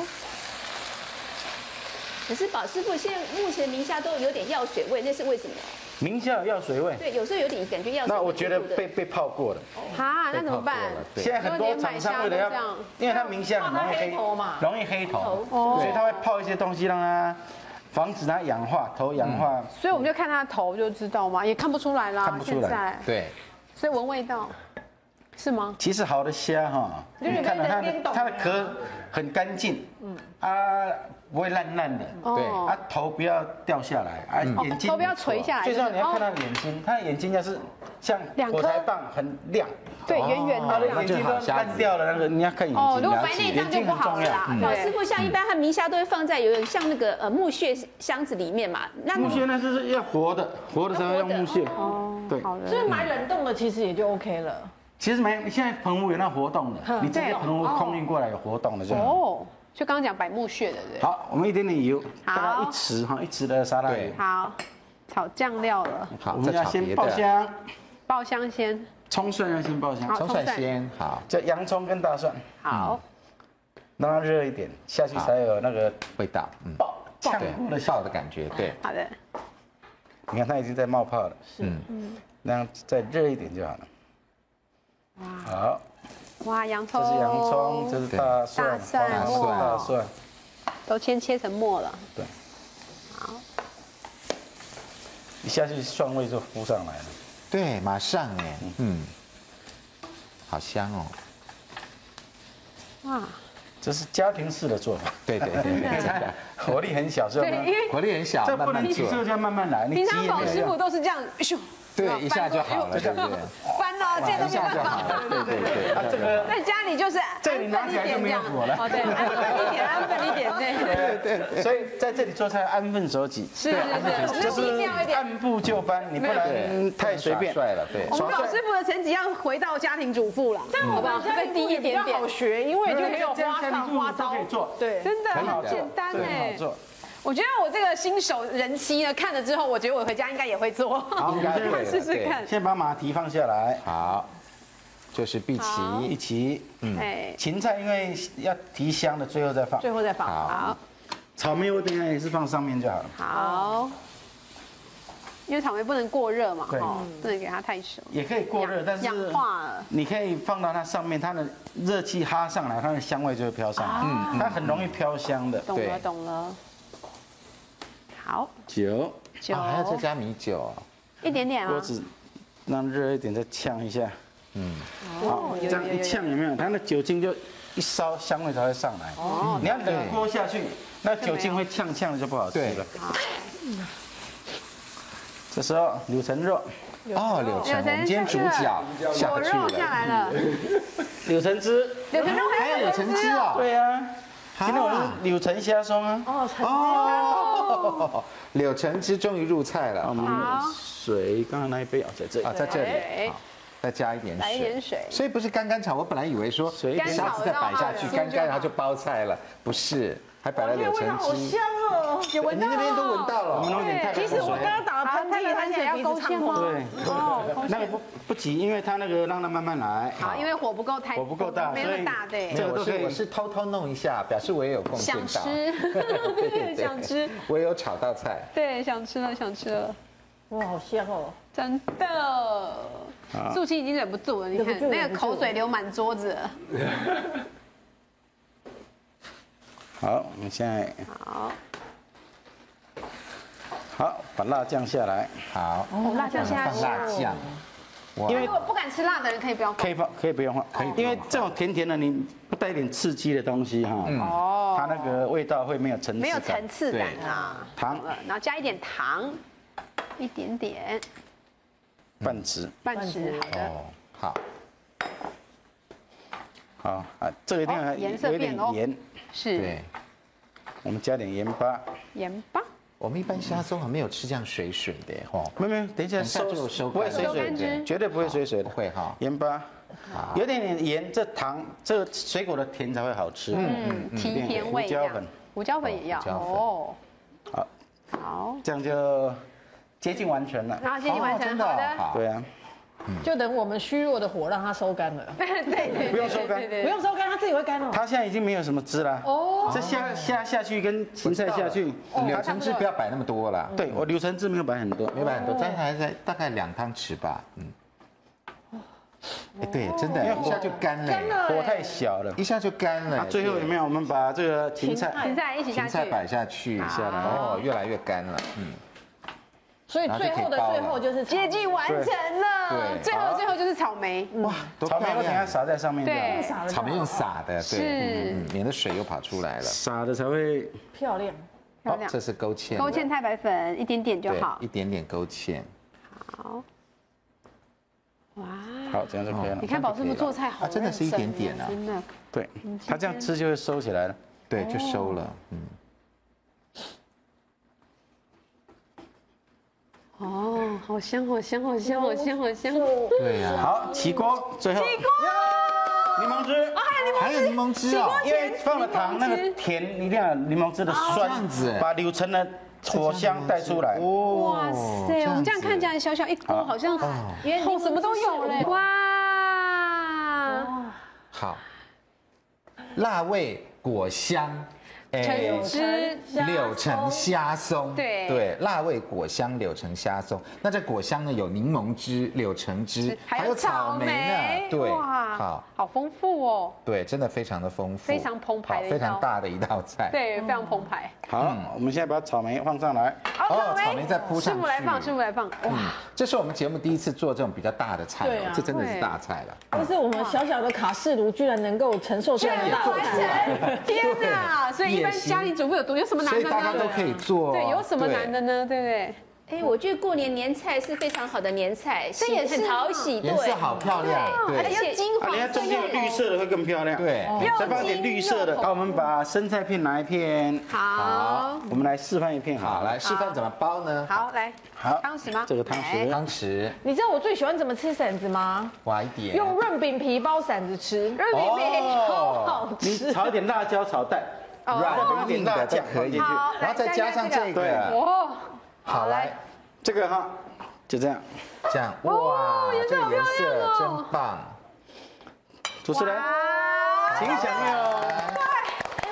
S7: 可是宝师傅现在目前名下都有点药水味，那是为什么？
S8: 明虾有药水味，
S7: 对，有时候有点感觉药水味。
S8: 那我觉得
S7: 对不对
S8: 被被泡过了。
S2: 啊，那怎么办？
S8: 现在很多厂商为了要，因为它明虾很容易黑头嘛，容易黑头，
S2: 哦
S7: 哦
S8: 所以它会泡一些东西让它防止它氧化，头氧化。
S2: 所以我们就看他的头就知道嘛，也看不出来啦。
S8: 看不出来
S2: 现在，
S1: 对，
S2: 所以闻味道，是吗？
S8: 其实好的虾哈，你看到它的它的壳很干净，嗯啊不会烂烂的，
S2: 哦
S1: 对
S8: 啊头不要掉下来，啊眼睛
S2: 嗯头不要垂下来
S8: 最重要你要
S2: 哦
S8: 看它的眼睛，它的眼睛要是像
S2: 两颗
S8: 火柴棒很亮，
S2: 对，圆圆
S8: 它
S2: 的
S8: 的
S2: 这样。
S8: 眼睛都烂掉了，那个你要看眼
S2: 哦，
S8: 睛，
S2: 如果白
S8: 了解
S2: 内
S8: 眼
S2: 障就
S8: 睛
S2: 不
S8: 很
S2: 好
S8: 重
S2: 了嗯
S8: 要。嗯
S2: 啦。
S7: 宝
S2: 对
S7: 师，傅像一般它名下都会放在有点像那个呃木屑箱子里面嘛，那
S8: 木屑那就是要活的，活的才会用木屑。对，
S2: 好的
S6: 所。以买冷冻的其实也就 OK 了。
S8: 其实没，现在澎湖有那活动
S2: 嗯
S8: 的，你直接澎湖空运过来有活动的就好。
S2: 哦，就刚刚讲百慕穴的，对不对？
S8: 好，我们一点点油，
S2: 好
S8: 大概一匙哈，一匙的沙拉油
S1: 对。
S2: 好，炒酱料了，
S1: 好，
S8: 我
S1: 再
S8: 们要
S1: 炒
S8: 先
S1: 别
S8: 爆
S1: 的，
S8: 香，
S2: 爆香先，
S8: 葱蒜要先嗯爆香，
S2: 好
S1: 葱蒜先好，
S8: 这洋葱跟大蒜
S2: 好，
S8: 让它热一点，下去才有那个
S1: 味道，嗯，
S8: 爆呛
S1: 对
S8: 过的，效
S1: 爆
S8: 果
S1: 的。感觉，对，
S2: 好的，
S8: 你看它已经在冒泡了，
S1: 嗯，
S8: 那样再热一点就好了。好，
S2: 哇，洋葱，
S8: 这是洋葱，这是大蒜，
S2: 大蒜
S8: 黄
S1: 末
S8: 蒜，大蒜，
S2: 都先切成末了，
S8: 对。一下去蒜味就浮上来了。
S1: 对，马上哎，嗯，好香哦，
S2: 哇，
S8: 这是家庭式的做法，
S1: 对对对对，真的，
S8: 火力很小，是吧
S2: 对，？因为
S1: 火力很小，
S8: 这
S1: 慢
S8: 不能
S1: 慢
S8: 急，
S1: 做，
S8: 这就要慢慢来。你
S2: 平
S8: 急
S2: 常
S8: 也
S2: 宝
S8: 没有
S2: 师傅
S8: 用。
S2: 都是这样，咻，
S1: 对，一下就
S2: 哎
S1: 好了，对 不对？
S2: 翻了，这都
S1: 一
S2: 没
S1: 下
S2: 办
S1: 就
S2: 法。
S1: 好了，对对对，
S8: 啊，这个
S2: 在家里就是
S8: 这里拿起来就没有火了
S2: 安分一点这样哦，对，安分一点，安分一点，对，
S8: 所以在这里做菜安分守己，
S2: 是是是，
S8: 就
S2: 我们要低
S8: 是
S2: 调一点。
S8: 按部就班，你不
S1: 对
S8: 能太随便。
S1: 帅了，对
S6: 我，们老师傅的层级要回到家庭主妇了，但我
S2: 吧
S6: 家庭主妇也比较好学，因为就没有花上花招
S8: 可以做，
S6: 对，
S2: 真的
S1: 很好
S2: 很
S1: 做
S2: 简单
S8: 这个很好
S2: 哎，
S8: 做。
S2: 我觉得我这个新手人妻呢，看了之后，我觉得我回家应该也会做，
S1: 应该会了
S2: 试试
S1: 对
S2: 看。
S8: 先把马蹄放下来，
S1: 好，就是碧琪，
S8: 一起。
S2: 哎，
S8: 芹菜因为要提香的，最后再放。
S6: 最后再放。
S1: 好，
S8: 草莓我等一下也是放上面就好了。
S2: 好，因为草莓不能过热嘛，
S8: 对
S2: 哦，
S6: 嗯
S2: 不能给它太熟，
S8: 也可以过热，但是
S2: 氧化了。
S8: 你可以放到它上面，它的热气哈上来，它的香味就会飘上来。
S2: 哦
S8: 嗯，它很容易飘香的。
S2: 懂了
S1: 对
S2: 懂了。好，
S8: 酒，
S2: 酒
S1: 哦还要再加米酒，
S2: 一点点
S8: 锅
S2: 啊，
S8: 子让热一点，再呛一下。嗯，好，这样一呛有没有？它那酒精就一烧，香味才会上来。哦，你要冷锅下去，那酒精会呛呛的就不好吃了。这时候柳橙肉，
S1: 哦，
S2: 柳
S1: 柳
S2: 橙
S1: 橙，我们今天主角
S2: 果
S1: 下去
S2: 肉下来
S1: 了，
S2: 了，
S8: 柳橙汁，
S2: 柳橙肉
S1: 还有柳橙汁啊，
S8: 对啊，今天我们柳橙虾松啊。
S1: 哦，柳橙汁终于入菜
S8: 啊，
S1: 了
S8: 我们有水，刚刚那一杯啊，在这里
S1: 啊，。在这
S2: 对
S1: 里，好再加一点
S2: 哎来一点
S1: 水。
S2: 水，
S1: 所以不是干干炒，我本来以为说
S8: 水
S1: 虾子再摆下去干干，然后就包菜了，不是，还摆了柳橙
S2: 啊
S1: 汁，
S6: 哦，有闻
S1: 你那边都闻到
S8: 我们
S1: 了，
S8: 弄点太
S6: 其实我刚刚打了喷嚏，
S2: 而
S6: 而
S2: 且
S6: 且
S2: 要
S6: 要
S2: 勾
S6: 勾哦
S2: 芡
S6: 芡
S2: 吗哦
S6: 吗？
S8: 对，那个不不急，因为它那个让它慢慢来。
S2: 好，因为火不够太，
S8: 火不够大
S2: 没那
S8: 所
S2: 么
S8: 以嗯
S2: 大，对
S1: 没。有，我是我是偷偷弄一下，表示我也有贡献
S2: 想
S1: 到，
S2: 吃，
S1: 对对 对
S2: 想吃，
S1: 我也有炒到菜，
S2: 对，想吃了，想吃了。
S6: 哇，好香哦！
S2: 真的，
S8: 啊
S2: 素汐已经忍不住了，你看
S6: 忍不住
S2: 那个口水流满桌子了。
S8: 好，我们现在
S2: 好，
S8: 好把辣酱下来，
S1: 好，
S2: 哦，辣酱现在
S1: 放辣
S2: 是
S1: 酱，哇
S8: 因为
S2: 如果不敢吃辣的人可以不要放
S8: 可。以放，可以不用放，可以，哦因为这种甜甜的，你不带一点刺激的东西哈，
S2: 哦
S8: 它那个味道会没有层次，
S2: 没有层，次感啦。
S8: 糖
S2: 呃然后加一点糖，一点点
S8: 半匙，
S2: 半匙，好的。
S1: 哦，好，
S8: 好啊，这个一定要
S2: 哦颜色
S8: 有一
S2: 变了哦
S8: 点盐，
S2: 是
S1: 对，
S8: 我们加点盐巴，
S2: 盐巴，
S1: 我们一般虾松好像没有吃这样水水的吼，
S8: 没有没有，等一下
S1: 等一下就
S8: 收
S1: 收
S8: 不会
S1: 干
S8: 水
S1: 了
S8: 水
S2: 收干
S8: 的，
S2: 汁
S8: 绝对哦不会水水
S1: 不
S8: 的，
S1: 会哈
S8: 盐巴，有点点盐，这糖这个水果的甜才会好吃，
S2: 嗯，提
S8: 变
S2: 甜
S8: 胡
S2: 味一
S8: 椒
S2: 样
S8: 粉，
S2: 胡椒粉也要
S1: 哦胡椒粉
S2: 哦。
S8: 好，
S2: 好，
S8: 这样就接近完全了，
S2: 然后谢谢完
S1: 哦真
S2: 成，
S1: 的
S2: 好
S1: 哦
S2: 的。
S1: 好
S8: 对啊，
S6: 就等我们虚弱的火让它收干了，
S2: 对 对对，
S8: 不用收干
S2: 对
S6: 不。用收干，它自己会干哦。
S8: 它现在已经没有什么汁了。哦，这下下下去跟芹菜下去，
S2: 哦
S1: 柳橙汁不要摆那么多啦，
S8: 对我流程汁没有摆很多，
S1: 没有摆很多，但还在大概两汤匙吧，嗯。哎，对，真的一下就干了，
S8: 火太小了。
S1: 一下就干了
S8: 啊，。最后有没有我们把这个芹菜
S2: 芹菜一起
S1: 对
S2: 下
S1: 芹
S2: 去，
S1: 菜摆下去，
S2: 下来
S1: 哦，越来越干了，嗯，
S6: 所以最后的最后就是
S2: 接近完成了。
S1: 对嗯
S2: 最后最后就是草莓，
S1: 哇，多
S8: 草莓
S1: 漂
S8: 我等一下
S1: 亮！
S8: 撒在上面，
S2: 对，
S8: 这样
S1: 草莓用撒的，对，
S2: 是
S1: 嗯嗯嗯免得水又跑出来了。
S8: 撒的才会
S6: 漂亮。
S2: 漂亮
S1: 这。是勾芡的，
S2: 勾芡太白粉一点点就
S1: 对
S2: 好
S1: 一。点点勾芡。啊
S2: 好，哇，
S8: 好，这样就可以了
S2: 你。看宝师傅做菜好
S1: 啊真的是一点点啊
S2: 认真真的。
S8: 对，它这样吃就会收起来了。
S1: 对，就收了。嗯，
S2: 哦，好香，好香，好香，好香，好香！
S1: 对啊呀、
S8: 好，起锅，最后起锅，柠檬汁，
S1: 还有柠檬汁哦，
S8: 因为放了糖，那个甜一定要有柠檬汁的
S1: 哦这
S8: 酸
S1: 样子，
S8: 把柳橙的果香带出来。
S1: 哦
S2: 哇塞，我们这样看起来小小一锅，好像后什么都有嘞。哇，
S1: 好，辣味果香，哎
S2: 橙汁
S1: 柳橙虾松，
S2: 对
S1: 对，辣味果香柳橙虾松。那这果香呢，有柠檬汁、柳橙汁，
S2: 还有草莓，
S1: 呢。对，
S2: 哇，
S1: 好，
S2: 好丰富哦，
S1: 对，真的非常的丰富，
S2: 非常澎湃
S1: 好
S2: 的一
S1: 非常
S2: 道
S1: 大的一道菜。，
S2: 对，非常澎湃。
S8: 好，我们现在把草莓放上来，
S2: 好，
S1: 哦草莓再铺上
S2: 师傅来
S1: 去
S2: 放，师傅来放，哇，
S1: 嗯，这是我们节目第一次做这种比较大的菜
S6: 对
S1: 哦
S6: 啊，
S1: 这真的是大菜了。
S6: 但是我们小小的卡式炉居然能够承受这样的大
S2: 完成！天哪！所以一般家庭主妇有多有什么难
S1: 所以
S2: 的
S1: 大家
S2: 呢？
S1: 都可以做哦。
S2: 对，有什么难的呢？对不对？
S7: 哎，我觉得过年年菜是非常好的年菜，这
S2: 也是
S7: 很讨喜，
S1: 对？颜色好漂亮，
S7: 对，
S2: 哎
S7: 而
S1: 对
S7: 且金
S8: 啊，你看中间有绿色的会更漂亮。
S1: 对，
S8: 再放点绿色的。好，我们把生菜片拿一片，
S2: 好，
S8: 我们来示范一片好
S1: 好，
S8: 了。
S1: 来示范怎么包呢？
S2: 好，来，
S8: 好
S2: 汤匙吗？哎
S8: 这个汤匙
S2: 来
S1: 汤匙
S6: 你知道我最喜欢怎么吃馓子吗？
S1: 挖一点，
S6: 用润饼皮包馓子吃，润
S1: 饼皮哦
S6: 好好吃
S8: 你。炒一点辣椒炒蛋，再
S1: 软
S8: 放一
S1: 哦硬
S8: 点
S1: 的
S8: 辣
S1: 都
S8: 酱
S1: 可
S8: 放
S1: 以
S8: 进去。，
S1: 然后再加上这个，
S2: 哦，
S1: 好来，
S8: 这个哈，就这样，
S1: 这样，哇，这个颜色真棒，
S8: 主持人，请享用。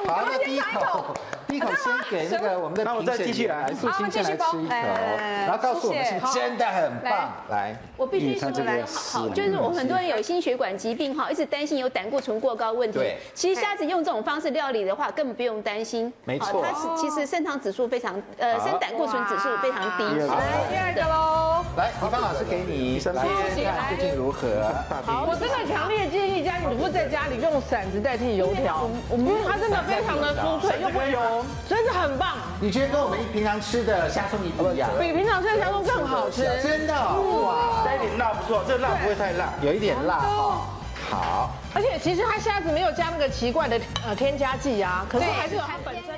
S1: 好，那第一口，第一口先给那个我们的
S8: 那我
S1: 评
S8: 再
S1: 审
S8: 继续
S1: 员
S8: 来
S1: 素
S2: 好我
S1: 心
S2: 们
S1: 先
S2: 继
S1: 来
S2: 续包
S1: 吃一口，
S2: 来来来来
S1: 然后告诉我们是不
S2: 谢
S1: 是
S2: 谢
S1: 真的很棒，哎来，
S7: 我必须
S8: 你
S7: 说
S8: 看这
S7: 来
S8: 个
S7: 好，
S8: 是
S1: 啊
S7: 就是我们很多人有心血管疾病哈，一直担心有胆固醇过高问题
S1: 对。
S7: 其实虾子用这种方式料理的话，根本不用担心。
S1: 没
S7: 好
S1: 错
S7: 它是其实升糖指数非常，呃，
S1: 好
S7: 升胆固醇指数非常低。
S8: 哇
S2: 来第二个喽。
S1: 来，李芳老师给你，来，看最近如何？啊
S6: 我真的强烈建议家庭主妇在家里用馓子代替油条，因为它真的非常的酥脆又不会油，真的很棒，
S1: 你觉得跟我们平常吃的虾松泥不一样？
S6: 比平常在家都更好吃。
S1: 真的哦
S8: 带一点辣不错，这辣不会太辣。
S1: 哇，有一点辣哈。好，
S6: 而且其实它虾子没有加那个奇怪的呃添加剂啊，可是还是有它本身。